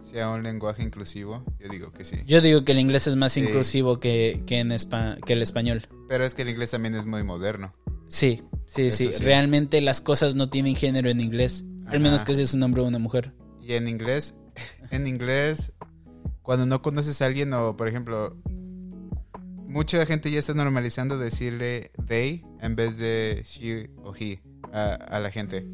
S2: sea un lenguaje inclusivo? Yo digo que sí.
S1: Yo digo que el inglés es más
S2: Sí.
S1: inclusivo que, que, en espa- que el español.
S2: Pero es que el inglés también es muy moderno.
S1: Sí, sí,
S2: Eso
S1: sí,
S2: sí.
S1: Realmente las cosas no tienen género en inglés. Al menos
S2: Ajá.
S1: que seas un hombre o una mujer.
S2: Y en inglés, en inglés, cuando no conoces a alguien o, por ejemplo, mucha gente ya está normalizando decirle they en vez de she o he a, a la gente.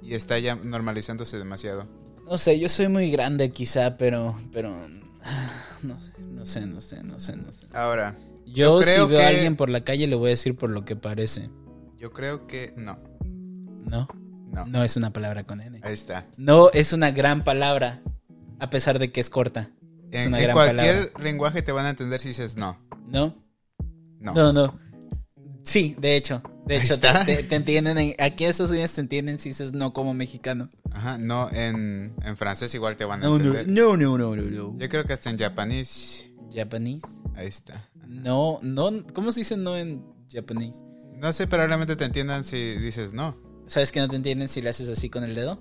S2: Y está ya normalizándose demasiado.
S1: No sé, yo soy muy grande quizá, pero. pero No sé, no sé, no sé, no sé, no sé.
S2: Ahora,
S1: Yo,
S2: Yo
S1: si
S2: creo
S1: veo a
S2: que-
S1: alguien por la calle le voy a decir por lo que parece.
S2: yo creo que no,
S1: No,
S2: no.
S1: no es una palabra con N.
S2: Ahí está.
S1: No es una gran palabra, a pesar de que es corta. Es
S2: En,
S1: una
S2: en
S1: gran
S2: cualquier lenguaje te van a entender si dices no.
S1: ¿No?
S2: No.
S1: No, no. Sí, de hecho. De
S2: Ahí
S1: hecho, te,
S2: está.
S1: te- te entienden. en- aquí en Estados Unidos te entienden si dices no como mexicano.
S2: Ajá, no, en, en francés igual te van a
S1: No, no,
S2: entender.
S1: no, no, no, no.
S2: Yo creo que hasta en japonés.
S1: Japanese.
S2: Ahí está.
S1: No, no. ¿Cómo se dice no en japonés?
S2: No sé, pero realmente te entiendan si dices no.
S1: ¿Sabes que no te entienden si le haces así con el dedo?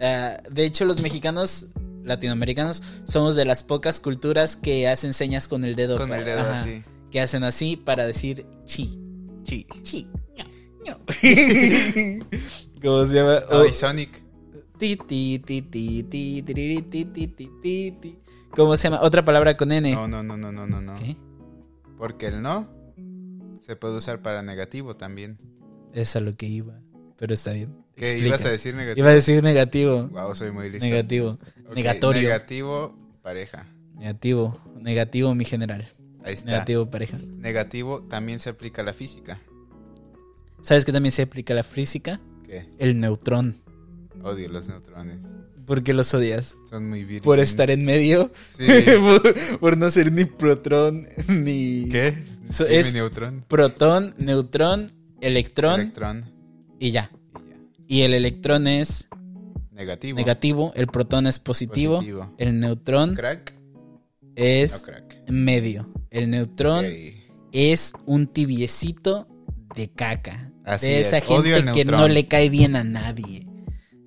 S1: Ah, de hecho, los mexicanos, latinoamericanos, somos de las pocas culturas que hacen señas con el dedo.
S2: Con
S1: para-
S2: el dedo
S1: ajá,
S2: así.
S1: Que hacen así para decir chi.
S2: Sí.
S1: Chi. ño, ño. ¿Cómo se llama? O-
S2: y Sonic.
S1: ti, ti, ti, ti, ti, tiriri, ti, ti, ti, ti, ti. ¿Cómo se llama? Otra palabra con N.
S2: No, no, no, no, no, no, no.
S1: ¿Qué?
S2: Porque el no se puede usar para negativo también.
S1: Es a lo que iba. Pero está bien.
S2: ¿Qué
S1: Explica.
S2: ibas a decir negativo?
S1: Iba a decir negativo.
S2: Wow, soy muy listo.
S1: Negativo.
S2: Ok,
S1: Negatorio.
S2: Negativo, pareja.
S1: Negativo. Negativo, mi general.
S2: Ahí está. Negativo.
S1: Negativo, pareja.
S2: también se aplica a la física.
S1: ¿Sabes que también se aplica la física?
S2: ¿Qué?
S1: El neutrón.
S2: Odio los neutrones.
S1: ¿Por qué los odias?
S2: Son muy viriles.
S1: Por estar en medio.
S2: Sí.
S1: por, por no ser ni protrón, ni.
S2: ¿Qué?
S1: So-
S2: Jimmy
S1: es-
S2: Neutron.
S1: Protón, neutrón, electrón
S2: Electrón.
S1: y ya.
S2: Y ya.
S1: Y el electrón es
S2: Negativo.
S1: negativo, el protón es positivo,
S2: Positivo.
S1: el neutrón
S2: Crack. No
S1: es
S2: crack.
S1: medio. El neutrón
S2: Ok.
S1: es un tibiecito de caca.
S2: Así
S1: de esa
S2: es. Odio al
S1: gente que
S2: neutrón.
S1: no le cae bien a nadie.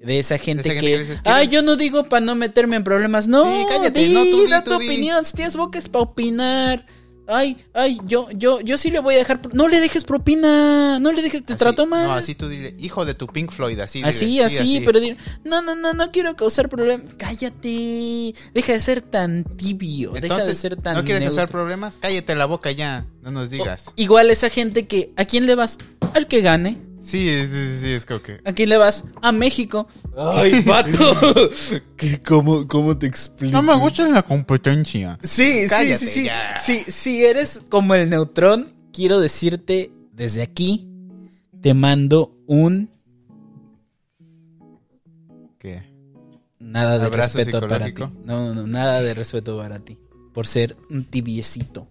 S1: De esa gente,
S2: gente
S1: que.
S2: que dices,
S1: ah,
S2: ¿quieres?
S1: yo no digo para no meterme en problemas. No,
S2: Sí, cállate,
S1: di,
S2: no, tú di,
S1: da
S2: tú
S1: tu
S2: di.
S1: opinión. Si tienes bocas para opinar. Ay, ay, yo, yo, yo sí le voy a dejar. pro- No le dejes propina. No le dejes, te
S2: Así-
S1: trato mal.
S2: No, así tú dile, hijo de tu Pink Floyd, así. dile,
S1: Así,
S2: sí,
S1: así, pero dir, no, no, no, no quiero causar problemas. Cállate, deja de ser tan tibio, deja de
S2: Entonces,
S1: ser tan
S2: ¿no quieres
S1: neutro. Oh.
S2: usar problemas? Cállate la boca ya, no nos digas.
S1: O- igual esa gente que, ¿a quién le vas? Al que gane.
S2: Sí, sí, sí, sí, es como que...
S1: ¿A quién le vas? A México. Ay, vato. ¿Qué- cómo, ¿Cómo te explico?
S2: gusta la competencia.
S1: Sí,
S2: Cállate
S1: sí, sí,
S2: ya.
S1: sí. Si eres como el neutrón, quiero decirte desde aquí, te mando un...
S2: ¿Qué?
S1: Nada de
S2: Abrazo
S1: respeto para ti.
S2: psicológico.
S1: No, no, no, nada de respeto para ti. Por ser un tibiecito.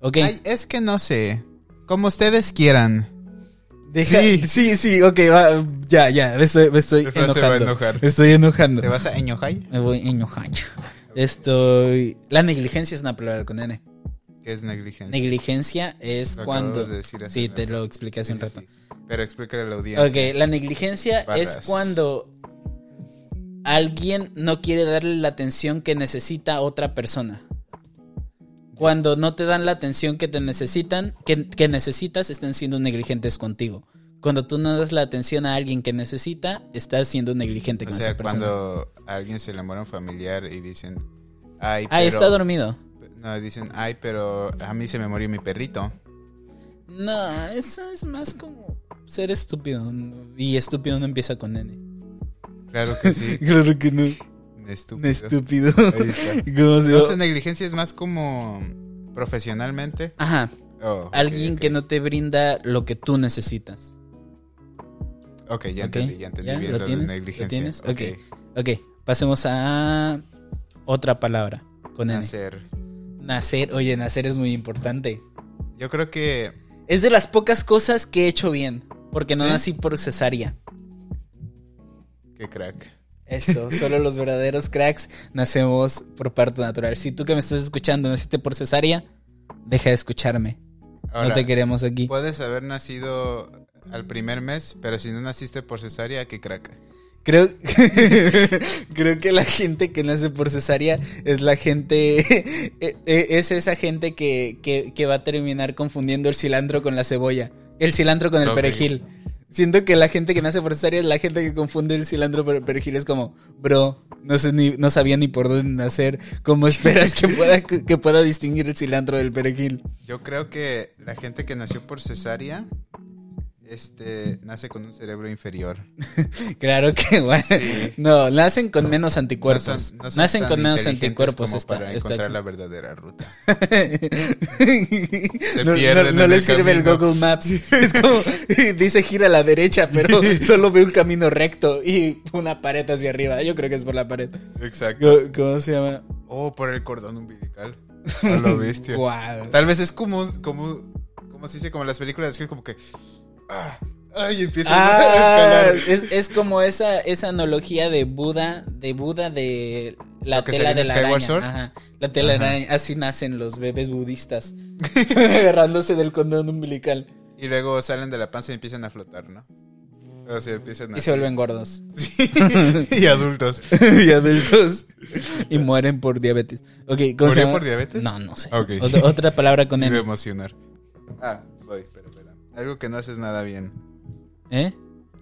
S1: Ok.
S2: Ay, es que no sé. Como ustedes quieran.
S1: deja-
S2: sí.
S1: sí, sí, ok, va, ya, ya, me estoy, me estoy
S2: Esta frase va a
S1: enojando.
S2: enojar.
S1: Me estoy enojando.
S2: ¿Te vas a enojar?
S1: Me voy enojando. Estoy. La negligencia es una palabra con N.
S2: ¿Qué es negligencia?
S1: Negligencia es
S2: Lo acabamos
S1: cuando.
S2: de decir hace
S1: sí,
S2: rato.
S1: te lo expliqué hace un
S2: Sí, sí,
S1: rato.
S2: sí. Pero explícale a la audiencia.
S1: Ok, la negligencia
S2: Barras.
S1: es cuando alguien no quiere darle la atención que necesita a otra persona. Cuando no te dan la atención que te necesitan, que, que necesitas, están siendo negligentes contigo. Cuando tú no das la atención a alguien que necesita, estás siendo negligente
S2: O
S1: con
S2: sea,
S1: esa persona.
S2: cuando a alguien se le muere un familiar y dicen, ay, pero...
S1: Ah, está dormido.
S2: No, dicen, ay, pero a mí se me murió mi perrito.
S1: No, eso es más como ser estúpido. Y estúpido no empieza con N.
S2: Claro que sí.
S1: Claro que no.
S2: Estúpido.
S1: Estúpido.
S2: Ahí está.
S1: ¿Cómo se
S2: No
S1: llama?
S2: sé, negligencia es más como profesionalmente.
S1: Ajá,
S2: Oh, ok,
S1: alguien
S2: ok.
S1: que no te brinda lo que tú necesitas.
S2: Ok, ya
S1: Ok,
S2: entendí, ya entendí
S1: ¿ya?
S2: bien
S1: ¿Lo
S2: lo,
S1: tienes?
S2: de
S1: ¿Lo
S2: negligencia.
S1: tienes? Ok.
S2: Ok.
S1: Ok, pasemos a otra palabra con N. Nacer.
S2: Nacer.
S1: oye, nacer es muy importante.
S2: Yo creo que
S1: Es de las pocas cosas que he hecho bien, porque no
S2: ¿Sí?
S1: nací por cesárea.
S2: Qué crack.
S1: Eso, solo los verdaderos cracks nacemos por parto natural. Si tú que me estás escuchando naciste por cesárea, deja de escucharme. no
S2: Ahora,
S1: te queremos aquí.
S2: puedes haber nacido al primer mes, pero si no naciste por cesárea, qué crack.
S1: Creo, creo que la gente que nace por cesárea es la gente, e- e- es esa gente que, que- que va a terminar confundiendo el cilantro con la cebolla, el cilantro con el
S2: Ok.
S1: perejil. Siento que la gente que nace por cesárea es la gente que confunde el cilantro por el perejil. Es como, bro, no, sé ni, no sabía ni por dónde nacer. ¿Cómo esperas que pueda, que pueda distinguir el cilantro del perejil?
S2: Yo creo que la gente que nació por cesárea, este, nace con un cerebro inferior.
S1: Claro que, bueno,
S2: Sí.
S1: no, nacen con menos anticuerpos.
S2: No son- no son
S1: nacen
S2: tan
S1: con menos
S2: inteligentes
S1: anticuerpos.
S2: como
S1: está-
S2: para
S1: está
S2: encontrar
S1: aquí.
S2: la verdadera ruta.
S1: no no-
S2: pierden
S1: no
S2: en
S1: le
S2: el
S1: sirve el
S2: camino.
S1: Google Maps. Es como, dice gira a la derecha, pero solo ve un camino recto y una pared hacia arriba. Yo creo que es por la pared.
S2: Exacto.
S1: Co- ¿Cómo, se llama?
S2: O por el cordón umbilical. A lo bestia.
S1: Guau.
S2: Tal vez es como, como, como se dice, como en las películas, que es como que. ah, ay, empieza a
S1: Ah,
S2: escalar.
S1: es, es como esa, esa analogía de Buda, de Buda de la
S2: Lo que
S1: tela
S2: sería
S1: de
S2: en
S1: la
S2: Skyward
S1: araña.
S2: Sword.
S1: Ajá, la tela
S2: Ajá.
S1: araña. Así nacen los bebés budistas. agarrándose del condón umbilical.
S2: Y luego salen de la panza y empiezan a flotar, ¿no? O sea, empiezan a.
S1: Y se vuelven gordos.
S2: y adultos.
S1: y adultos y mueren por diabetes. Ok, ¿cómo se
S2: ¿Murió
S1: llama?
S2: por diabetes?
S1: No, no sé.
S2: Ok.
S1: Ot- otra palabra con
S2: Me iba a
S1: N.
S2: emocionar. Ah, voy, espera, espera. Algo que no haces nada bien.
S1: ¿Eh?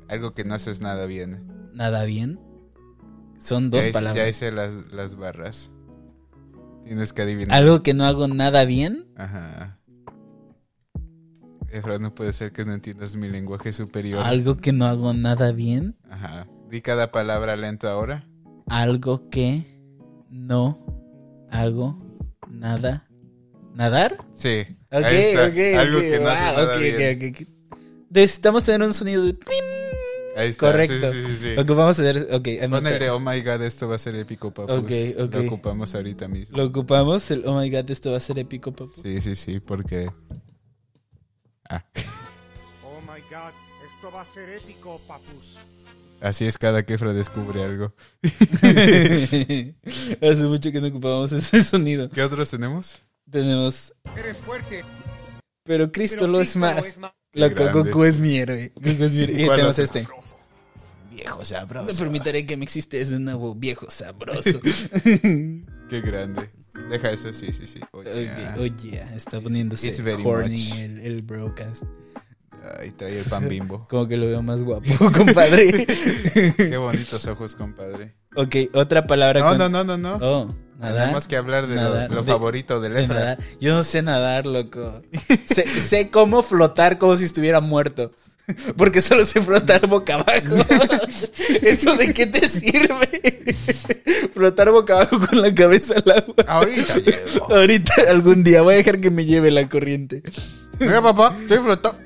S2: Algo que no haces nada bien.
S1: Nada bien. Son
S2: Ya
S1: dos
S2: hice- Ya
S1: palabras.
S2: hice las, las barras. Tienes que adivinar.
S1: Algo que no hago nada bien.
S2: Ajá. Efra, no puede ser que no entiendas mi lenguaje superior.
S1: Algo que no hago nada bien.
S2: Ajá. Di cada palabra lento ahora.
S1: Algo que no hago nada. ¿Nadar?
S2: Sí.
S1: Ok,
S2: ahí está.
S1: ok,
S2: Algo
S1: ok,
S2: que no haces
S1: wow,
S2: nada
S1: ok,
S2: bien.
S1: ok, ok. Necesitamos tener un sonido de plim.
S2: Ahí está.
S1: Correcto.
S2: Sí, sí, sí, sí.
S1: Lo que vamos a hacer. Ok, a mí-
S2: Pon el de, oh my god, esto va a ser épico, papus.
S1: Ok, ok.
S2: Lo ocupamos ahorita mismo.
S1: lo ocupamos. El, oh my god, esto va a ser épico, papá.
S2: Sí, sí, sí, porque... Ah,
S3: Oh my god, esto va a ser épico, papus.
S2: así es cada que Efra descubre algo.
S1: Hace mucho que no ocupábamos ese sonido.
S2: ¿Qué otros tenemos?
S1: Tenemos.
S3: Eres fuerte.
S1: Pero Cristo
S3: pero
S1: lo es
S3: Cristo
S1: más. Loco,
S2: grande.
S1: Goku es mi héroe. Goku es mi héroe. Y
S2: ¿Cuál
S1: tenemos
S2: otro?
S1: este.
S2: Viejo
S1: No
S2: sabroso.
S1: permitiré que me existe ese nuevo viejo sabroso.
S2: Qué grande. Deja eso, sí, sí, sí. Oye,
S1: Oye, oye, oh, está
S2: It's-
S1: poniéndose
S2: it's very
S1: horny
S2: much.
S1: el, el broadcast.
S2: Ay, trae el pan bimbo.
S1: Como que lo veo más guapo, compadre.
S2: Qué bonitos ojos, compadre.
S1: ok, otra palabra.
S2: No,
S1: con-
S2: no, no, no, no.
S1: Oh, nada.
S2: Tenemos que hablar de
S1: Nada.
S2: lo, lo
S1: De-
S2: favorito del
S1: de
S2: Efra.
S1: nadar. Yo no sé nadar, loco. sé, sé cómo flotar como si estuviera muerto. Porque solo sé flotar boca abajo. ¿Eso de qué te sirve? flotar boca abajo con la cabeza al agua.
S2: Ahorita llego.
S1: Ahorita, algún día, voy a dejar que me lleve la corriente.
S2: Mira, papá, estoy flotando.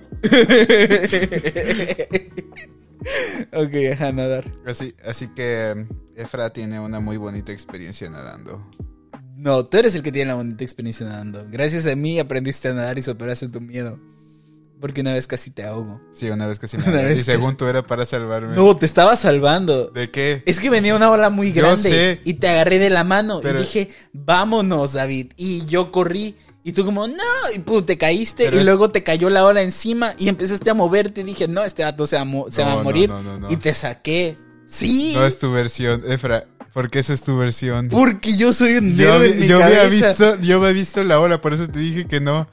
S1: Ok, ajá, nadar.
S2: Así, así que mm, Efra tiene una muy bonita experiencia nadando.
S1: No, tú eres el que tiene la bonita experiencia nadando. Gracias a mí aprendiste a nadar y superaste tu miedo. Porque una vez casi te ahogo.
S2: Sí, una vez que sí me
S1: Una
S2: ahogué.
S1: vez
S2: Y
S1: que
S2: según tú era para salvarme.
S1: No, te estaba salvando.
S2: ¿De qué?
S1: Es que venía una ola muy
S2: Yo
S1: grande
S2: sé.
S1: y te agarré de la mano
S2: Pero-
S1: y dije, vámonos, David. Y yo corrí y tú como, no, y pum, te caíste
S2: Pero
S1: y
S2: es-
S1: luego te cayó la ola encima y empezaste a moverte y dije, no, este vato se va, a mo- se
S2: No,
S1: va a
S2: no,
S1: morir.
S2: no, no, no.
S1: Y te saqué. Sí,
S2: No es tu versión, Efra. Porque esa es tu versión.
S1: porque yo soy un
S2: Yo,
S1: héroe
S2: había-
S1: en mi
S2: yo había
S1: cabeza.
S2: visto, yo había visto la ola, por eso te dije que no.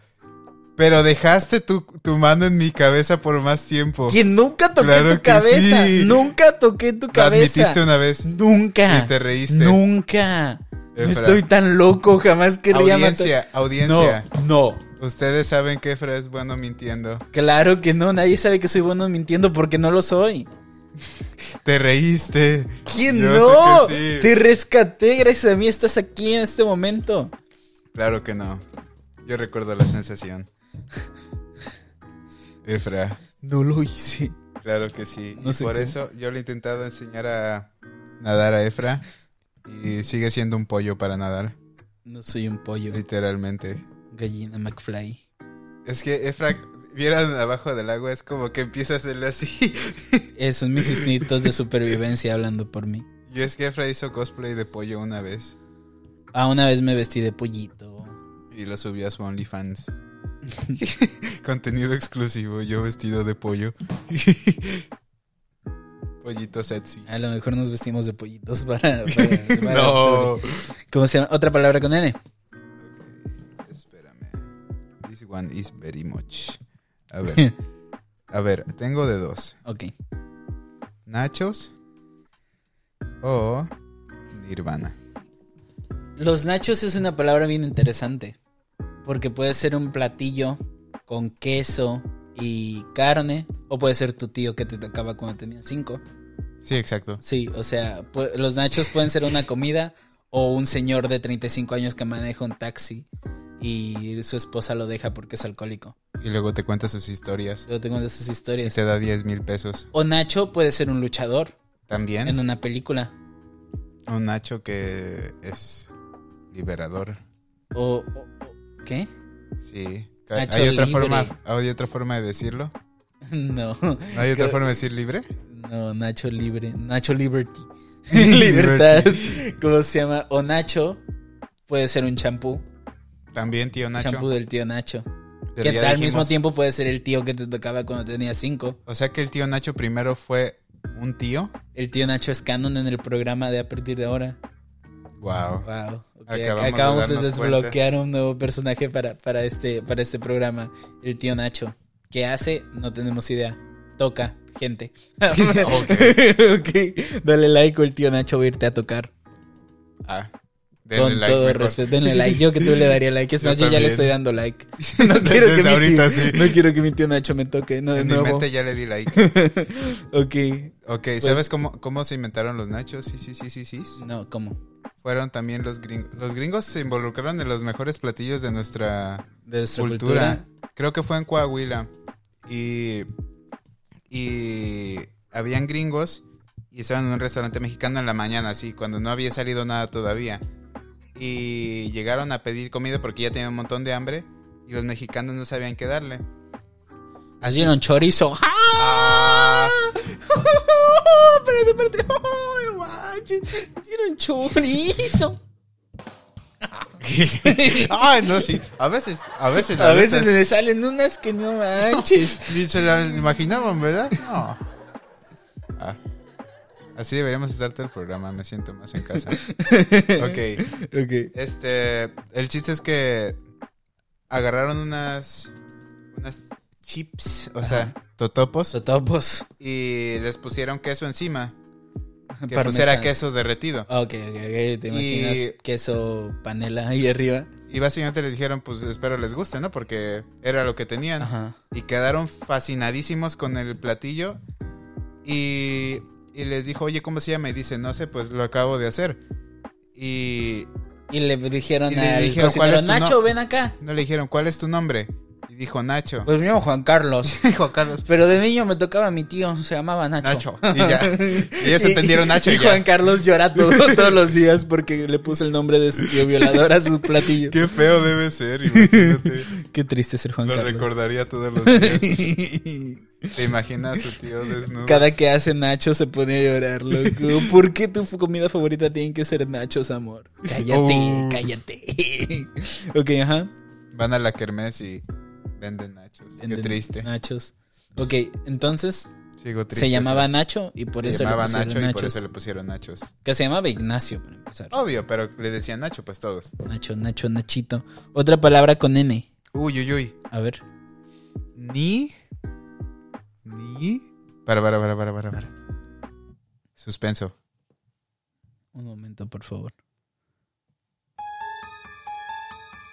S2: Pero dejaste tu, tu mano en mi cabeza por más tiempo.
S1: Que nunca toqué
S2: Claro
S1: tu
S2: que
S1: cabeza.
S2: sí.
S1: Nunca toqué tu
S2: Lo
S1: cabeza.
S2: admitiste una vez.
S1: Nunca.
S2: Y te reíste.
S1: Nunca. No
S2: Efra.
S1: estoy tan loco, jamás querría
S2: Audiencia,
S1: matar. No,
S2: audiencia.
S1: no.
S2: Ustedes saben que Efra es bueno mintiendo.
S1: Claro que no, nadie sabe que soy bueno mintiendo porque no lo soy.
S2: Te reíste.
S1: ¿Quién
S2: Yo
S1: no?
S2: sé que sí.
S1: Te rescaté, gracias a mí estás aquí en este momento.
S2: Claro que no. Yo recuerdo la sensación. Efra,
S1: No lo hice.
S2: claro que sí.
S1: No
S2: y
S1: sé
S2: por
S1: cómo.
S2: eso yo le he intentado enseñar a nadar a Efra. Y sigue siendo un pollo para nadar,
S1: No soy un pollo,
S2: Eh. literalmente.
S1: gallina McFly.
S2: Es que Efra, vieran abajo del agua, es como que empieza a hacerle así.
S1: Esos son mis instintos de supervivencia hablando por mí.
S2: Y es que Efra hizo cosplay de pollo una vez.
S1: Ah, una vez me vestí de pollito.
S2: Y lo subió a su OnlyFans. Contenido exclusivo, yo vestido de pollo. Pollito sexy.
S1: A lo mejor nos vestimos de pollitos para. para- para
S2: No.
S1: octubre. ¿Cómo se llama? Otra palabra con N.
S2: Espérame. This one is very much. A ver. A ver, tengo de dos.
S1: Ok.
S2: Nachos o Nirvana.
S1: Los nachos es una palabra bien interesante. Porque puede ser un platillo con queso y carne. O puede ser tu tío que te tocaba cuando tenías cinco.
S2: Sí, exacto.
S1: Sí, o sea, pu- los nachos pueden ser una comida. O un señor de 35 años que maneja un taxi. Y su esposa lo deja porque es alcohólico.
S2: Y luego te cuenta sus historias.
S1: Yo tengo de esas
S2: Y
S1: historias.
S2: te da 10 mil pesos.
S1: O Nacho puede ser un luchador en
S2: También
S1: una película.
S2: un Nacho que es liberador.
S1: O, o- o- ¿Qué?
S2: Sí.
S1: Nacho
S2: ¿Hay otra,
S1: libre.
S2: forma, ¿Hay otra forma de decirlo?
S1: No.
S2: ¿No hay otra
S1: Creo-
S2: forma de decir libre?
S1: No, Nacho Libre. Nacho Liberty. Libertad. ¿Cómo se llama? O Nacho. Puede ser un champú.
S2: También, tío Nacho.
S1: Champú del tío Nacho.
S2: Pero
S1: que
S2: ya
S1: al
S2: dijimos-
S1: mismo tiempo puede ser el tío que te tocaba cuando tenías cinco.
S2: O sea que el tío Nacho primero fue un tío.
S1: El tío Nacho es canon en el programa de a partir de ahora. Wow.
S2: Wow.
S1: ok,
S2: Acabamos de
S1: acabamos, de,
S2: darnos
S1: desbloquear un nuevo personaje para, para, este, para este programa. El tío Nacho. ¿Qué hace? No tenemos idea. Toca, gente. ok. Dale like o el tío Nacho va a irte a tocar.
S2: Ah.
S1: Con todo respeto, denle like. Yo que tú le daría like. Es
S2: Yo
S1: más, yo, ya le
S2: también.
S1: estoy dando like. No quiero, que mi
S2: Desde
S1: tío,
S2: ahorita, sí.
S1: no quiero que mi tío Nacho me toque. No, de
S2: En mi
S1: nuevo. Pues
S2: mente ya le di like.
S1: Ok.
S2: Ok, ¿sabes cómo, cómo se inventaron los nachos? Sí, sí, sí, sí, sí.
S1: No, ¿cómo?
S2: Fueron también los gringos. Los gringos se involucraron en los mejores platillos de nuestra
S1: De nuestra
S2: cultura.
S1: cultura.
S2: Creo que fue en Coahuila. Y, y habían gringos y estaban en un restaurante mexicano en la mañana, así, cuando no había salido nada todavía. Y llegaron a pedir comida porque ya tenían un montón de hambre y los mexicanos no sabían qué darle.
S1: Hicieron chorizo. ¡Ah!
S2: Ah.
S1: espérate, espérate. Ay, guache. Hicieron chorizo.
S2: Ay, no, sí. A veces, a veces. la
S1: A veces
S2: neta,
S1: le salen unas que no manches.
S2: Ni se la imaginaban, ¿verdad? No. Ah. Así deberíamos estar todo el programa, me siento más en casa. Ok.
S1: ok.
S2: Este, el chiste es que agarraron unas unas chips, o sea, totopos
S1: Sotopos.
S2: y les pusieron queso encima, que pues
S1: Parmesano.
S2: era queso derretido.
S1: Ah, Ok, ok, ok. Te imaginas
S2: Y-
S1: queso panela ahí arriba.
S2: Y básicamente les dijeron, pues espero les guste, ¿no? Porque era lo que tenían
S1: Ajá.
S2: y quedaron fascinadísimos con el platillo y y les dijo, "Oye, ¿cómo se llama?" y dice, "No sé, pues lo acabo de hacer." Y
S1: Y le dijeron
S2: Y le
S1: al
S2: dijeron,
S1: cocinero,
S2: "¿Cuál es tu
S1: Nacho,
S2: no-?"
S1: ven acá.
S2: no le dijeron, "¿Cuál es tu nombre?" Y dijo Nacho.
S1: Pues me llamo Juan Carlos.
S2: dijo Carlos.
S1: Pero de niño me tocaba mi tío, se llamaba Nacho.
S2: Nacho. Y ya. Y ellos entendieron Nacho.
S1: Y,
S2: Y
S1: Juan
S2: ya.
S1: Carlos llora todo- todos los días porque le puso el nombre de su tío violador a su platillo. Qué,
S2: Qué feo debe ser, imagínate.
S1: triste ser Juan
S2: Lo
S1: Carlos.
S2: recordaría todos los días. ¿Te imaginas a su tío desnudo?
S1: Cada que hace Nacho se pone a llorar, loco. ¿Por qué tu comida favorita tiene que ser Nachos, amor? Cállate,
S2: Oh.
S1: cállate. ok, ajá.
S2: Van a la kermés y venden nachos. Qué
S1: Enten-
S2: triste.
S1: Nachos. Ok, entonces
S2: Sigo triste.
S1: se llamaba Nacho y por
S2: Se
S1: eso
S2: llamaba
S1: le pusieron
S2: Nacho y por
S1: Nachos.
S2: eso le pusieron nachos.
S1: Que se llamaba Ignacio, para empezar.
S2: Obvio, pero le decían Nacho pues todos.
S1: Nacho, Nacho, Nachito. Otra palabra con N.
S2: Uy, uy, uy.
S1: A ver.
S2: Ni. Ni. Para, para, para, para, para, para. Suspenso.
S1: Un momento, por favor.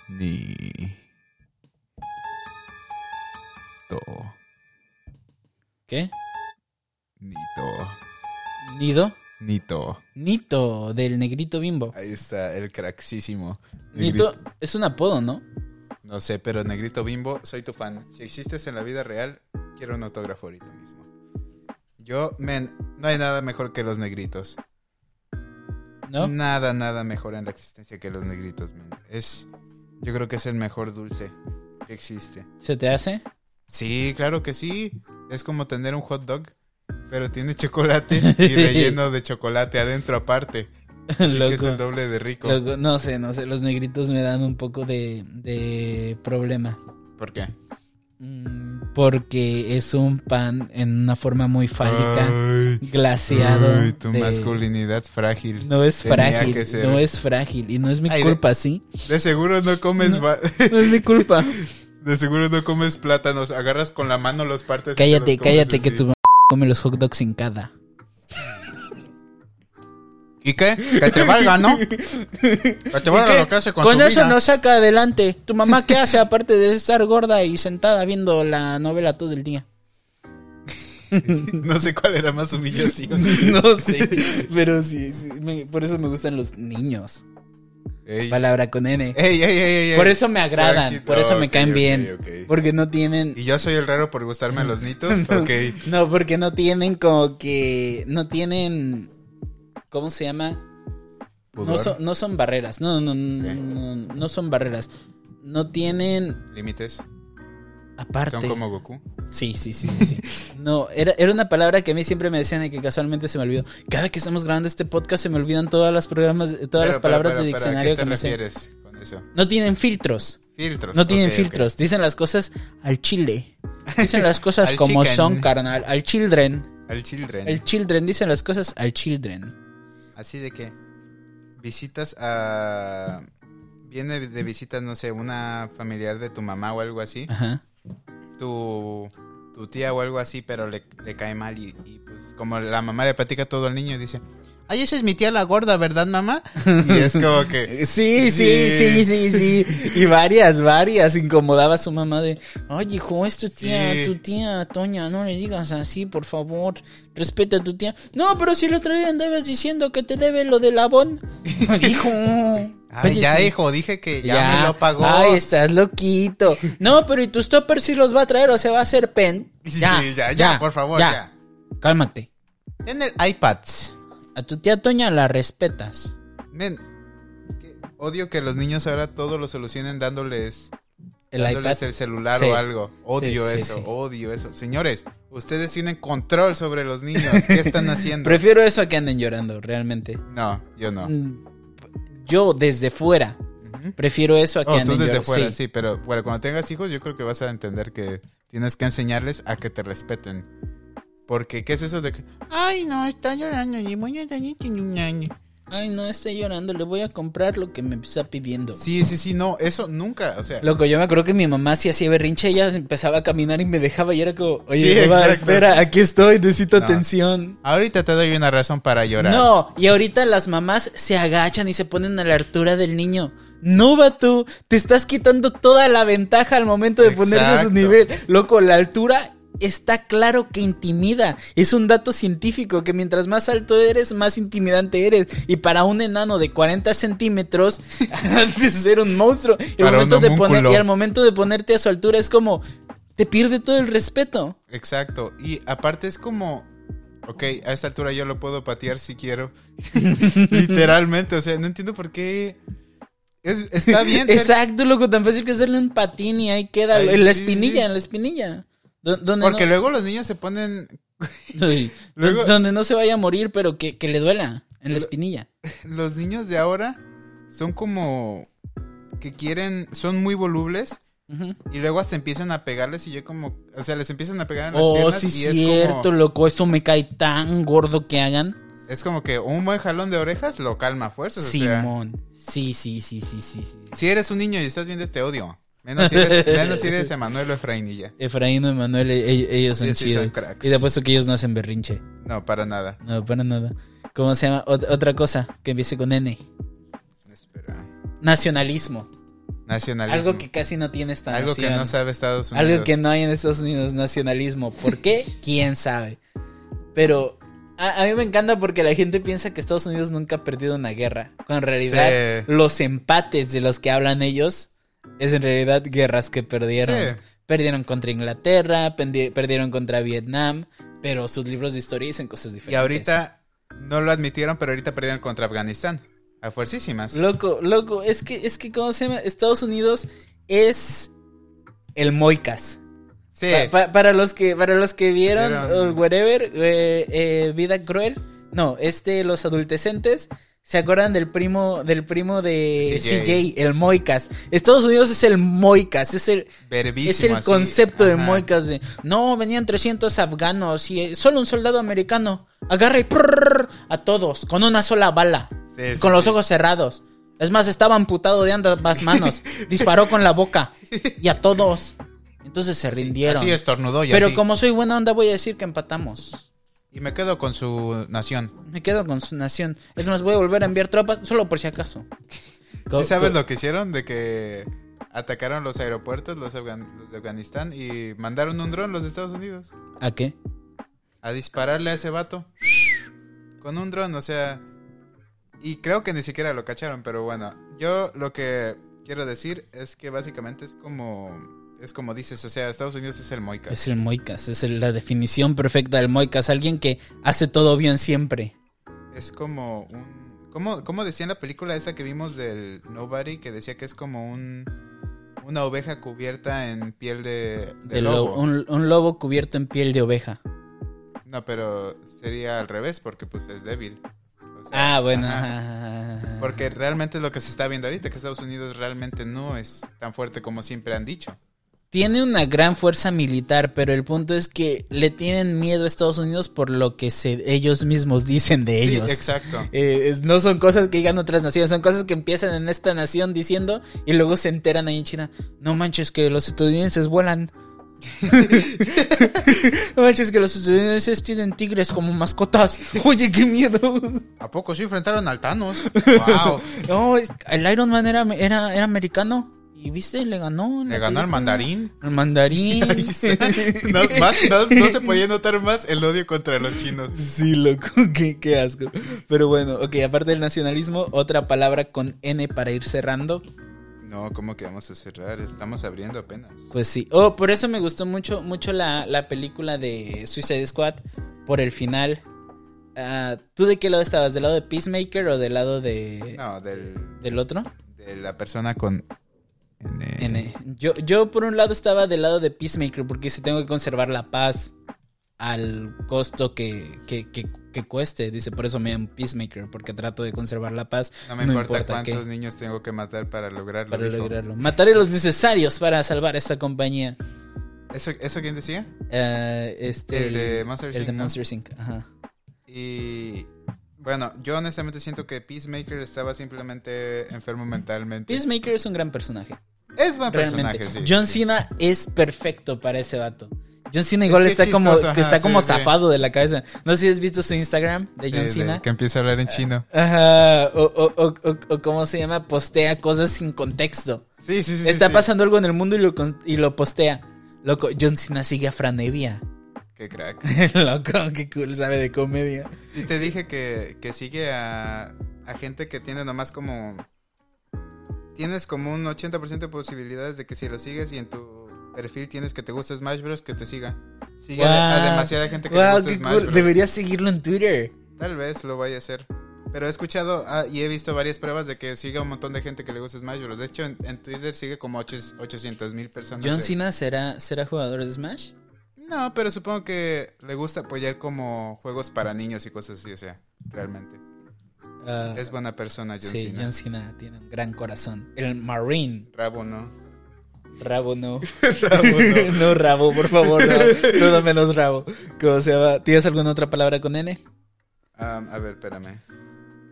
S2: Ni. To.
S1: ¿Qué?
S2: Ni to.
S1: Nido.
S2: Ni to.
S1: Nito, del negrito bimbo.
S2: Ahí está, el craxísimo.
S1: Nito es un apodo, ¿no?
S2: No sé, pero Negrito Bimbo, soy tu fan. Si existes en la vida real, quiero un autógrafo ahorita mismo. Yo, men, no hay nada mejor que los negritos.
S1: ¿No?
S2: Nada, nada mejor en la existencia que los negritos, men. Es, yo creo que es el mejor dulce que existe.
S1: ¿Se te hace?
S2: Sí, claro que sí. Es como tener un hot dog, pero tiene chocolate y relleno de chocolate adentro aparte. Así que es el
S1: Loco.
S2: doble de rico.
S1: Loco, No sé, no sé. Los negritos me dan un poco de, de problema.
S2: ¿Por qué?
S1: Mm, Porque es un pan en una forma muy fálica,
S2: Ay,
S1: glaseado.
S2: ay, Ah. tu
S1: de-
S2: masculinidad frágil.
S1: No es
S2: Tenía
S1: frágil,
S2: que ser.
S1: no es frágil. Y no es mi
S2: Ay, de-
S1: culpa, ¿sí?
S2: De seguro no comes
S1: No.
S2: va-
S1: No es mi culpa.
S2: de seguro no comes plátanos, agarras con la mano los partes. y te
S1: cállate,
S2: los comes
S1: cállate, que
S2: así.
S1: tu mamá come los hot dogs sin cada.
S2: ¿Y qué? Que te valga, ¿no? Que te valga
S1: qué?
S2: lo que hace con,
S1: Con
S2: su
S1: eso
S2: vida.
S1: no saca adelante. ¿Tu mamá qué hace aparte de estar gorda y sentada viendo la novela todo el día?
S2: No sé cuál era más humillación.
S1: No sé, pero sí, sí, me- por eso me gustan los niños.
S2: Ey.
S1: Palabra con N.
S2: Ey, ey, ey, ey, ey.
S1: Por eso me agradan,
S2: Tranqui-
S1: por eso
S2: Eh, ok,
S1: me caen
S2: ok,
S1: bien.
S2: ok.
S1: Porque no tienen...
S2: Y yo soy el raro por gustarme los nitos. Ok.
S1: No, porque no tienen como que... No tienen... ¿Cómo se llama? No
S2: Pudor,
S1: son, no son barreras. No, no, no,
S2: Ok.
S1: no, no son barreras. No tienen...
S2: Límites.
S1: Aparte...
S2: Son como Goku.
S1: Sí, sí, sí, sí, sí. No, era, era una palabra que a mí siempre me decían y que casualmente se me olvidó. Cada que estamos grabando este podcast se me olvidan todas las programas, todas las
S2: Pero, pero,
S1: palabras
S2: pero,
S1: de
S2: pero,
S1: diccionario
S2: ¿A qué
S1: que
S2: te
S1: me sé.
S2: refieres con eso?
S1: No tienen filtros.
S2: Filtros.
S1: No tienen
S2: ok, ok.
S1: filtros. Dicen las cosas al chile. Dicen las cosas
S2: Al
S1: como
S2: chicken.
S1: son, carnal. Al children.
S2: Al children.
S1: El children. Dicen las cosas al children.
S2: Así de que visitas a... Viene de visitas, no sé, una familiar de tu mamá o algo así.
S1: Ajá.
S2: Tu, tu tía o algo así, pero le, le cae mal y, y, pues como la mamá le platica todo al niño y dice... Ay, esa es mi tía la gorda, ¿verdad, mamá? Y es como que...
S1: Eh, Sí, sí, sí, sí, sí. Y varias, varias. Incomodaba a su mamá de, ay, hijo, es tu tía,
S2: Sí.
S1: tu tía, Toña, no le digas así, por favor. Respeta a tu tía. No, pero si el otro día andabas diciendo que te debe lo del abón. hijo.
S2: Ay, ya,
S1: cállese.
S2: hijo, dije que ya, me lo pagó.
S1: Ay, estás loquito. No, pero ¿y tus toppers si los va a traer o se va a hacer pen?
S2: Sí, ya, ya, por favor, ya.
S1: Cálmate.
S2: Ten el iPad.
S1: A tu tía Toña la respetas.
S2: Men, que- odio que los niños ahora todo lo solucionen dándoles
S1: El
S2: dándoles
S1: iPad.
S2: el celular
S1: Sí.
S2: o algo. Odio
S1: Sí, sí,
S2: eso,
S1: sí.
S2: odio eso. Señores, ustedes tienen control sobre los niños. ¿Qué están haciendo?
S1: Prefiero eso a que anden llorando, realmente.
S2: no, yo no.
S1: Mm, Yo desde fuera
S2: Ujú.
S1: prefiero eso a que
S2: Oh, tú
S1: anden
S2: desde
S1: llor-
S2: fuera,
S1: sí.
S2: sí. pero bueno, cuando tengas hijos yo creo que vas a entender que tienes que enseñarles a que te respeten. Porque, ¿qué es eso de que... Ay, no, está llorando, le voy a dar este ñuñaña"?
S1: Ay, no estoy llorando, le voy a comprar lo que me está pidiendo.
S2: Sí, sí, sí, no, eso nunca, o sea...
S1: Loco, yo me acuerdo que mi mamá si hacía berrinche, ella empezaba a caminar y me dejaba y era como, oye,
S2: Sí,
S1: mamá,
S2: exacto.
S1: espera, aquí estoy, necesito
S2: No.
S1: atención.
S2: Ahorita te doy una razón para llorar.
S1: No, y ahorita las mamás se agachan y se ponen a la altura del niño. No, vato, te estás quitando toda la ventaja al momento de ponerse a su
S2: Exacto.
S1: nivel. Loco, la altura está claro que intimida. Es un dato científico que mientras más alto eres, más intimidante eres. Y para un enano de 40 centímetros, antes de ser un monstruo, el
S2: Para un
S1: momento de poner-
S2: homúnculo.
S1: y al momento de ponerte a su altura es como, te pierde todo el respeto.
S2: Exacto. Y aparte es como, ok, a esta altura yo lo puedo patear si quiero. Literalmente, o sea, no entiendo por qué... Es, está bien. ser-
S1: Exacto, loco, tan fácil que hacerle un patín y ahí queda,
S2: Ahí,
S1: en la
S2: sí, sí,
S1: espinilla,
S2: sí.
S1: en la espinilla. Do- Donde
S2: Porque
S1: no,
S2: luego los niños se ponen...
S1: Ay,
S2: luego-
S1: donde no se vaya a morir, pero que, que le duela en la
S2: Lo-
S1: espinilla.
S2: Los niños de ahora son como... Que quieren... Son muy volubles.
S1: Ujú.
S2: Y luego hasta empiezan a pegarles y yo como... O sea, les empiezan a pegar en las
S1: Oh,
S2: piernas
S1: sí,
S2: y
S1: cierto,
S2: es como...
S1: loco, eso me cae tan gordo que hagan.
S2: Es como que un buen jalón de orejas lo calma a fuerzas. o sea,
S1: Simón. Sí, sí, sí, sí, sí, sí.
S2: si eres un niño y estás viendo este odio. Menos si eres, menos si eres Emanuel o Efraín y ya.
S1: Efraín y Manuel, e-, ellos son
S2: Ellos sí
S1: chidos.
S2: son cracks.
S1: Y te apuesto que ellos no hacen berrinche.
S2: No, para nada.
S1: No, para nada. ¿Cómo se llama? Ot- otra cosa que empiece con N.
S2: Espera.
S1: Nacionalismo.
S2: Nacionalismo.
S1: Algo que casi no tiene esta
S2: Algo que
S1: nación.
S2: no sabe Estados Unidos.
S1: Algo que no hay en Estados Unidos, nacionalismo. ¿Por qué? ¿Quién sabe? Pero a, a mí me encanta porque la gente piensa que Estados Unidos nunca ha perdido una guerra. Cuando en realidad
S2: Sí.
S1: los empates de los que hablan ellos es en realidad guerras que perdieron.
S2: Sí.
S1: Perdieron contra Inglaterra, pendi- perdieron contra Vietnam, pero sus libros de historia dicen cosas diferentes.
S2: Y ahorita no lo admitieron, pero ahorita perdieron contra Afganistán. A fuercísimas.
S1: Loco, loco, es que, es que, ¿cómo se llama? Estados Unidos es el Moicas.
S2: Sí.
S1: Pa- pa- para los que para los que vieron
S2: Vieron.
S1: o whatever eh, eh, vida cruel no este los adultecentes se acuerdan del primo del primo de
S2: CJ.
S1: CJ el Moicas Estados Unidos es el Moicas es el
S2: Verbísimo.
S1: es el
S2: así.
S1: concepto de
S2: Ajá.
S1: Moicas de no venían 300 afganos y eh, solo un soldado americano agarra y prrrr a todos con una sola bala
S2: Sí, sí,
S1: con los
S2: sí.
S1: ojos cerrados es más estaba amputado de ambas manos disparó con la boca y a todos entonces se rindieron
S2: Así estornudó y
S1: pero
S2: así.
S1: como soy buena onda, voy a decir que empatamos.
S2: Y me quedo con su nación.
S1: Me quedo con su nación. Es más, voy a volver a enviar tropas solo por si acaso.
S2: ¿Y sabes lo que hicieron? De que atacaron los aeropuertos, los, afgan- los de Afganistán, y mandaron un dron los de Estados Unidos
S1: ¿A qué?
S2: a dispararle a ese vato. Con un dron, o sea. Y creo que ni siquiera lo cacharon, pero bueno. Yo lo que quiero decir es que básicamente es como. Es como dices, o sea, Estados Unidos es el Moica.
S1: Es el Moicas, es el- la definición perfecta del Moicas. Alguien que hace todo bien siempre.
S2: Es como un. ¿Cómo, cómo decía en la película esa que vimos del Nobody? Que decía que es como un. Una oveja cubierta en piel de, de
S1: De lo-
S2: lobo.
S1: un, un lobo cubierto en piel de oveja.
S2: No, pero sería al revés, porque pues es débil. O sea,
S1: Ah, bueno.
S2: ajá.
S1: ajá.
S2: Porque realmente es lo que se está viendo ahorita, que Estados Unidos realmente no es tan fuerte como siempre han dicho.
S1: Tiene una gran fuerza militar, pero el punto es que le tienen miedo a Estados Unidos por lo que se- ellos mismos dicen de
S2: Sí,
S1: ellos.
S2: exacto.
S1: Eh, es- no son cosas que digan otras naciones, son cosas que empiezan en esta nación diciendo y luego se enteran ahí en China. No manches que los estadounidenses vuelan. no manches que los estadounidenses tienen tigres como mascotas. Oye, qué miedo.
S2: ¿A poco sí enfrentaron al Thanos? ¡Wow!
S1: No, es- el Iron Man era, era, era americano. Y viste, le ganó. en
S2: Le
S1: la
S2: ganó al
S1: película.
S2: mandarín.
S1: Al mandarín.
S2: Ahí está. No, más- no- no se podía notar más el odio contra los chinos.
S1: Sí, loco, qué, qué asco. Pero bueno, ok, aparte del nacionalismo, otra palabra con N para ir cerrando.
S2: No, ¿cómo que vamos a cerrar? Estamos abriendo apenas.
S1: Pues sí. Oh, por eso me gustó mucho, mucho la, la película de Suicide Squad. Por el final. Ah, ¿Tú de qué lado estabas? ¿Del lado de Peacemaker o del lado de.
S2: No, Eh. del-
S1: del otro?
S2: de la persona con... eh, N.
S1: N. Yo, yo por un lado estaba del lado de Peacemaker porque si tengo que conservar la paz al costo que, que, que- que cueste. Dice, por eso me llaman Peacemaker, porque trato de conservar la paz.
S2: No me importa,
S1: qué,
S2: cuántos niños tengo que matar para lograrlo.
S1: para
S2: dijo.
S1: lograrlo. Mataré los necesarios para salvar esta compañía.
S2: ¿Eso, ¿Eso quién decía?
S1: Eh, este,
S2: El de Monsters,
S1: el de
S2: Inc., ¿no?
S1: Monsters Inc. Ajá.
S2: Y bueno, yo honestamente siento que Peacemaker estaba simplemente enfermo mentalmente.
S1: Peacemaker es un gran personaje.
S2: es buen
S1: Realmente.
S2: personaje, sí.
S1: John
S2: sí.
S1: Cena es perfecto para ese vato. John Cena igual
S2: que
S1: está
S2: es
S1: como,
S2: chistoso,
S1: que
S2: ajá,
S1: está
S2: sí,
S1: como
S2: sí.
S1: zafado de la cabeza. No sé si has visto su Instagram de
S2: Sí,
S1: John
S2: de-
S1: Cena. Ah.
S2: que empieza a hablar en chino.
S1: Ajá, o, o, o- o- o cómo se llama, postea cosas sin contexto.
S2: Sí, sí, sí. sí,
S1: está
S2: sí.
S1: pasando algo en el mundo y lo, con- y lo postea. Loco, John Cena sigue a Franevia.
S2: Qué crack.
S1: Loco, qué cool, sabe de comedia.
S2: Sí, te dije que, que sigue a, a gente que tiene nomás como. Tienes como un 80% de posibilidades de que si lo sigues y en tu perfil tienes que te gusta Smash Bros. que te siga. Sigue a, a
S1: Guau.
S2: demasiada gente que le
S1: Wow,
S2: gusta
S1: qué
S2: Smash
S1: cool.
S2: Bros.
S1: Deberías seguirlo en Twitter.
S2: Tal vez lo vaya a hacer. Pero he escuchado ah, y he visto varias pruebas de que sigue a un montón de gente que le gusta Smash Bros. De hecho, en, en Twitter sigue como 800 mil personas.
S1: John
S2: Eh,
S1: Cena será, será jugador de Smash.
S2: No, pero supongo que le gusta apoyar como juegos para niños y cosas así, o sea, realmente.
S1: Ah,
S2: Es buena persona, John
S1: sí,
S2: Cena.
S1: John Cena tiene un gran corazón. El Marine.
S2: Rabo, ¿no?
S1: Rabo no. no. rabo, por favor, no. Todo menos rabo. ¿Cómo se llama? ¿Tienes alguna otra palabra con N?
S2: Am, Ah, a ver, espérame.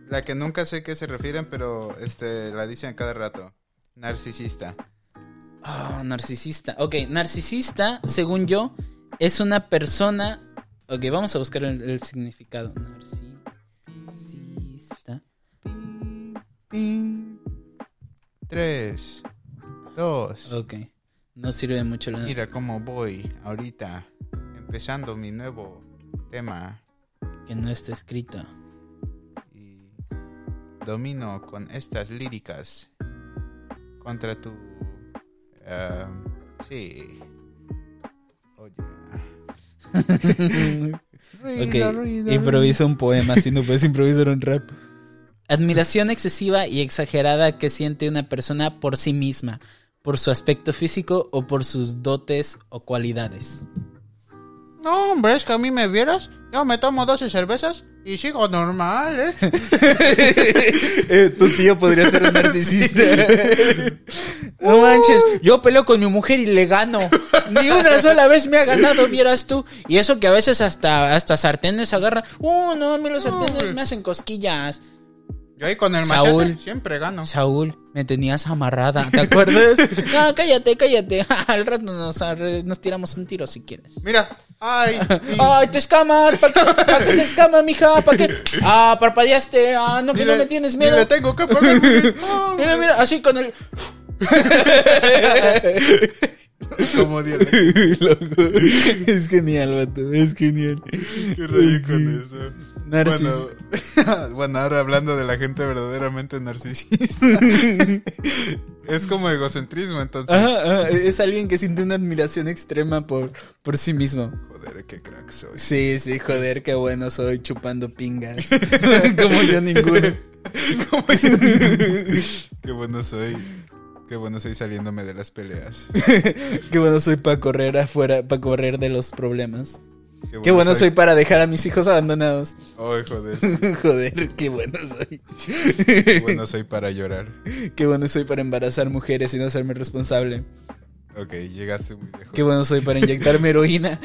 S2: La que nunca sé qué se refieren, pero este la dicen cada rato. Narcisista.
S1: Oh, narcisista. Ok, narcisista, según yo, es una persona. Ok, vamos a buscar el, el significado. Narcisista.
S2: Ping. Tres. Dos.
S1: Ok. No sirve mucho la.
S2: Mira cómo voy ahorita. Empezando mi nuevo tema.
S1: Que no está escrito.
S2: Y domino con estas líricas. Contra tu. am, sí. Oye.
S1: Ok, improvisa un poema si no puedes improvisar un rap. Admiración excesiva y exagerada que siente una persona por sí misma, por su aspecto físico o por sus dotes o cualidades.
S2: No, hombre, es que a mí me vieras. Yo me tomo 12 cervezas y sigo normal, ¿eh?
S1: Eh, tu tío podría ser un narcisista. no manches, yo peleo con mi mujer y le gano. Ni una sola vez me ha ganado, vieras tú. Y eso que a veces hasta, hasta sartenes agarra. Uh, no, a mí los sartenes me hacen cosquillas.
S2: Yo ahí con el machete
S1: Saúl.
S2: siempre gano.
S1: Saúl, me tenías amarrada, ¿te acuerdas? no, cállate, cállate. Al rato nos, arre- nos tiramos un tiro si quieres.
S2: Mira, ay, y-
S1: Ay, te escamas, ¿para qué, pa' qué se escama, mija? ¿Para qué? Ah, parpadeaste, ah, no, que
S2: ni
S1: no
S2: le-
S1: me tienes
S2: ni
S1: miedo.
S2: le tengo que pagar.
S1: Mira, mira, así con el.
S2: Como Dios.
S1: Es genial, vato, es genial.
S2: Qué ridículo eso.
S1: Narcis-
S2: Bueno, bueno, ahora hablando de la gente verdaderamente narcisista. es como egocentrismo, entonces.
S1: Ajá, ajá, e-, es alguien que siente una admiración extrema por, por sí mismo.
S2: Joder, qué crack soy.
S1: Sí, sí, joder, qué bueno soy chupando pingas. Como yo ninguno.
S2: Qué bueno soy. Qué bueno soy saliéndome de las peleas.
S1: Qué bueno soy para correr afuera, para correr de los problemas.
S2: Qué
S1: Qué bueno soy para dejar a mis hijos abandonados.
S2: Ay, joder.
S1: Joder, qué bueno soy.
S2: Qué bueno soy para llorar.
S1: Qué bueno soy para embarazar mujeres y no hacerme responsable.
S2: Ok, llegaste muy lejos.
S1: Qué bueno soy para inyectarme heroína.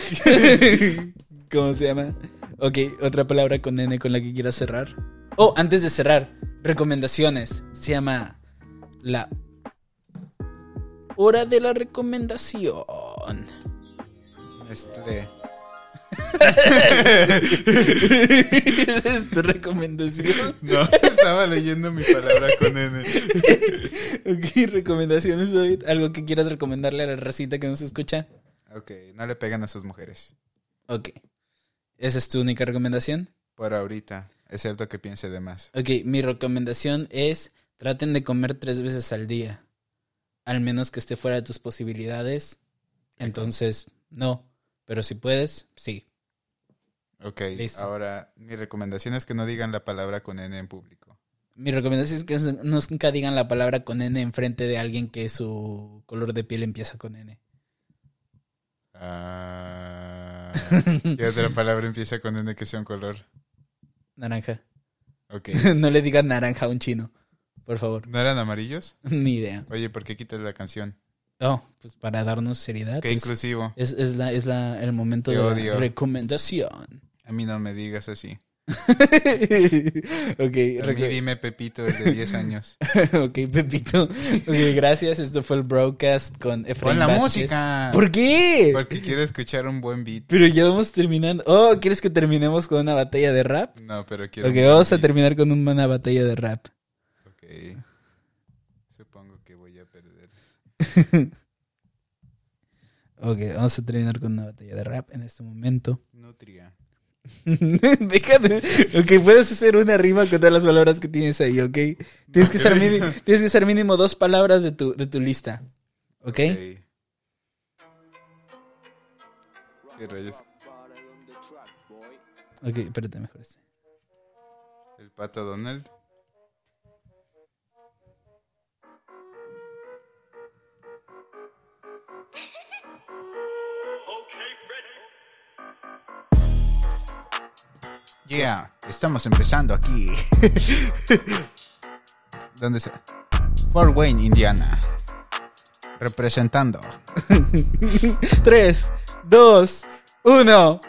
S1: ¿Cómo se llama? Ok, otra palabra con N con la que quieras cerrar. Oh, antes de cerrar, recomendaciones. Se llama la hora de la recomendación.
S2: Nestlé.
S1: Esa es tu recomendación.
S2: No, estaba leyendo mi palabra con N.
S1: Ok, recomendaciones, David. ¿Algo que quieras recomendarle a la racita que nos escucha?
S2: Ok, no le pegan a sus mujeres.
S1: Ok. ¿Esa es tu única recomendación?
S2: Por ahorita, excepto que piense de más.
S1: Ok, mi recomendación es traten de comer tres veces al día. Al menos que esté fuera de tus posibilidades. Entonces, no. Pero si puedes, sí.
S2: Ok,
S1: Listo.
S2: ahora mi recomendación es que no digan la palabra con N en público.
S1: Mi recomendación es que no- nunca digan la palabra con N enfrente de alguien que su color de piel empieza con N.
S2: Ah, ¿Qué otra palabra empieza con N que sea un color?
S1: Naranja.
S2: Ok.
S1: no le digan naranja a un chino, por favor.
S2: ¿No eran amarillos?
S1: Ni idea.
S2: Oye, ¿por qué quitas la canción?
S1: Oh, pues para darnos seriedad.
S2: Qué
S1: es-
S2: inclusivo.
S1: es, es la, es la, el momento
S2: Te
S1: de
S2: odio.
S1: la recomendación.
S2: A mí no me digas así.
S1: ok,
S2: A mí
S1: recu-
S2: dime Pepito, el de 10 años.
S1: ok, Pepito. Ok, gracias. Esto fue el broadcast con Efraín
S2: Pon la
S1: Vázquez.
S2: música.
S1: ¿Por qué?
S2: Porque quiero escuchar un buen beat.
S1: Pero ya vamos terminando. Oh, ¿quieres que terminemos con una batalla de rap?
S2: No, pero quiero.
S1: Ok,
S2: un buen
S1: vamos a
S2: beat.
S1: terminar con una batalla de rap.
S2: Ok. Supongo que voy a perder.
S1: Ok, vamos a terminar con una batalla de rap en este momento.
S4: Nutria.
S1: Déjame. Ok, puedes hacer una rima con todas las palabras que tienes ahí, ¿ok? Tienes que usar, mini- tienes que usar mínimo dos palabras de tu, de tu lista, ¿ok?
S4: Ok. Qué rayos.
S1: Ok, espérate, mejor este.
S4: El pato Donald. Yeah, estamos empezando aquí. ¿Dónde se? Fort Wayne, Indiana. Representando.
S1: Tres, dos, uno.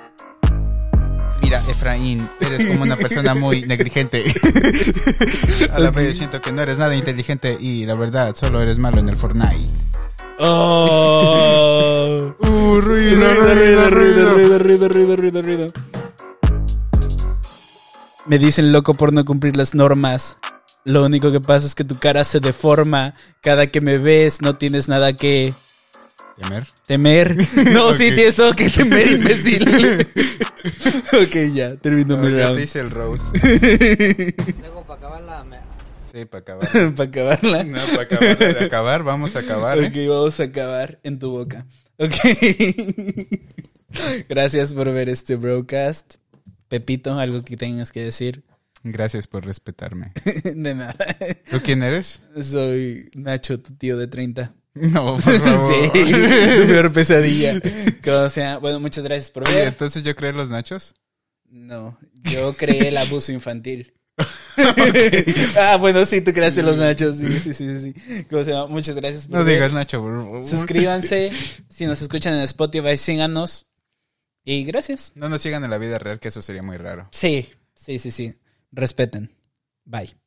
S4: Mira, Efraín, eres como una persona muy negligente. A la vez siento que no eres nada inteligente y la verdad, solo eres malo en el Fortnite.
S1: Oh.
S4: Uh,
S1: ruido, ruido, ruido, ruido, ruido, ruido, ruido, ruido. Me dicen loco por no cumplir las normas. Lo único que pasa es que tu cara se deforma. Cada que me ves no tienes nada que
S4: Temer.
S1: temer. No, sí
S4: Ok.
S1: tienes todo que temer, imbécil. ok, ya, termino mi
S4: ya te
S1: round.
S4: hice el Rose.
S5: Luego para acabar la... me-
S4: Sí, para acabar.
S1: Para acabarla.
S4: No, para acabar de acabar, vamos a acabar. ¿eh?
S1: Ok, vamos a acabar en tu boca. Ok. Gracias por ver este broadcast. Pepito, algo que tengas que decir.
S4: Gracias por respetarme.
S1: De nada.
S4: ¿Tú quién eres?
S1: Soy Nacho, tu tío de 30.
S4: No, por favor.
S1: Sí, tu peor pesadilla. Como sea, bueno, muchas gracias por
S4: Oye,
S1: ver.
S4: entonces yo creé los nachos.
S1: No, yo creé el abuso infantil. ah, bueno, sí, tú creaste los nachos. Sí, sí, sí, sí. sí. Como sea, muchas gracias por
S4: No
S1: ver.
S4: digas nacho, por favor.
S1: Suscríbanse. si nos escuchan en Spotify, síganos. Y gracias.
S4: No nos sigan en la vida real, que eso sería muy raro.
S1: Sí, sí, sí, sí. Respeten. Bye.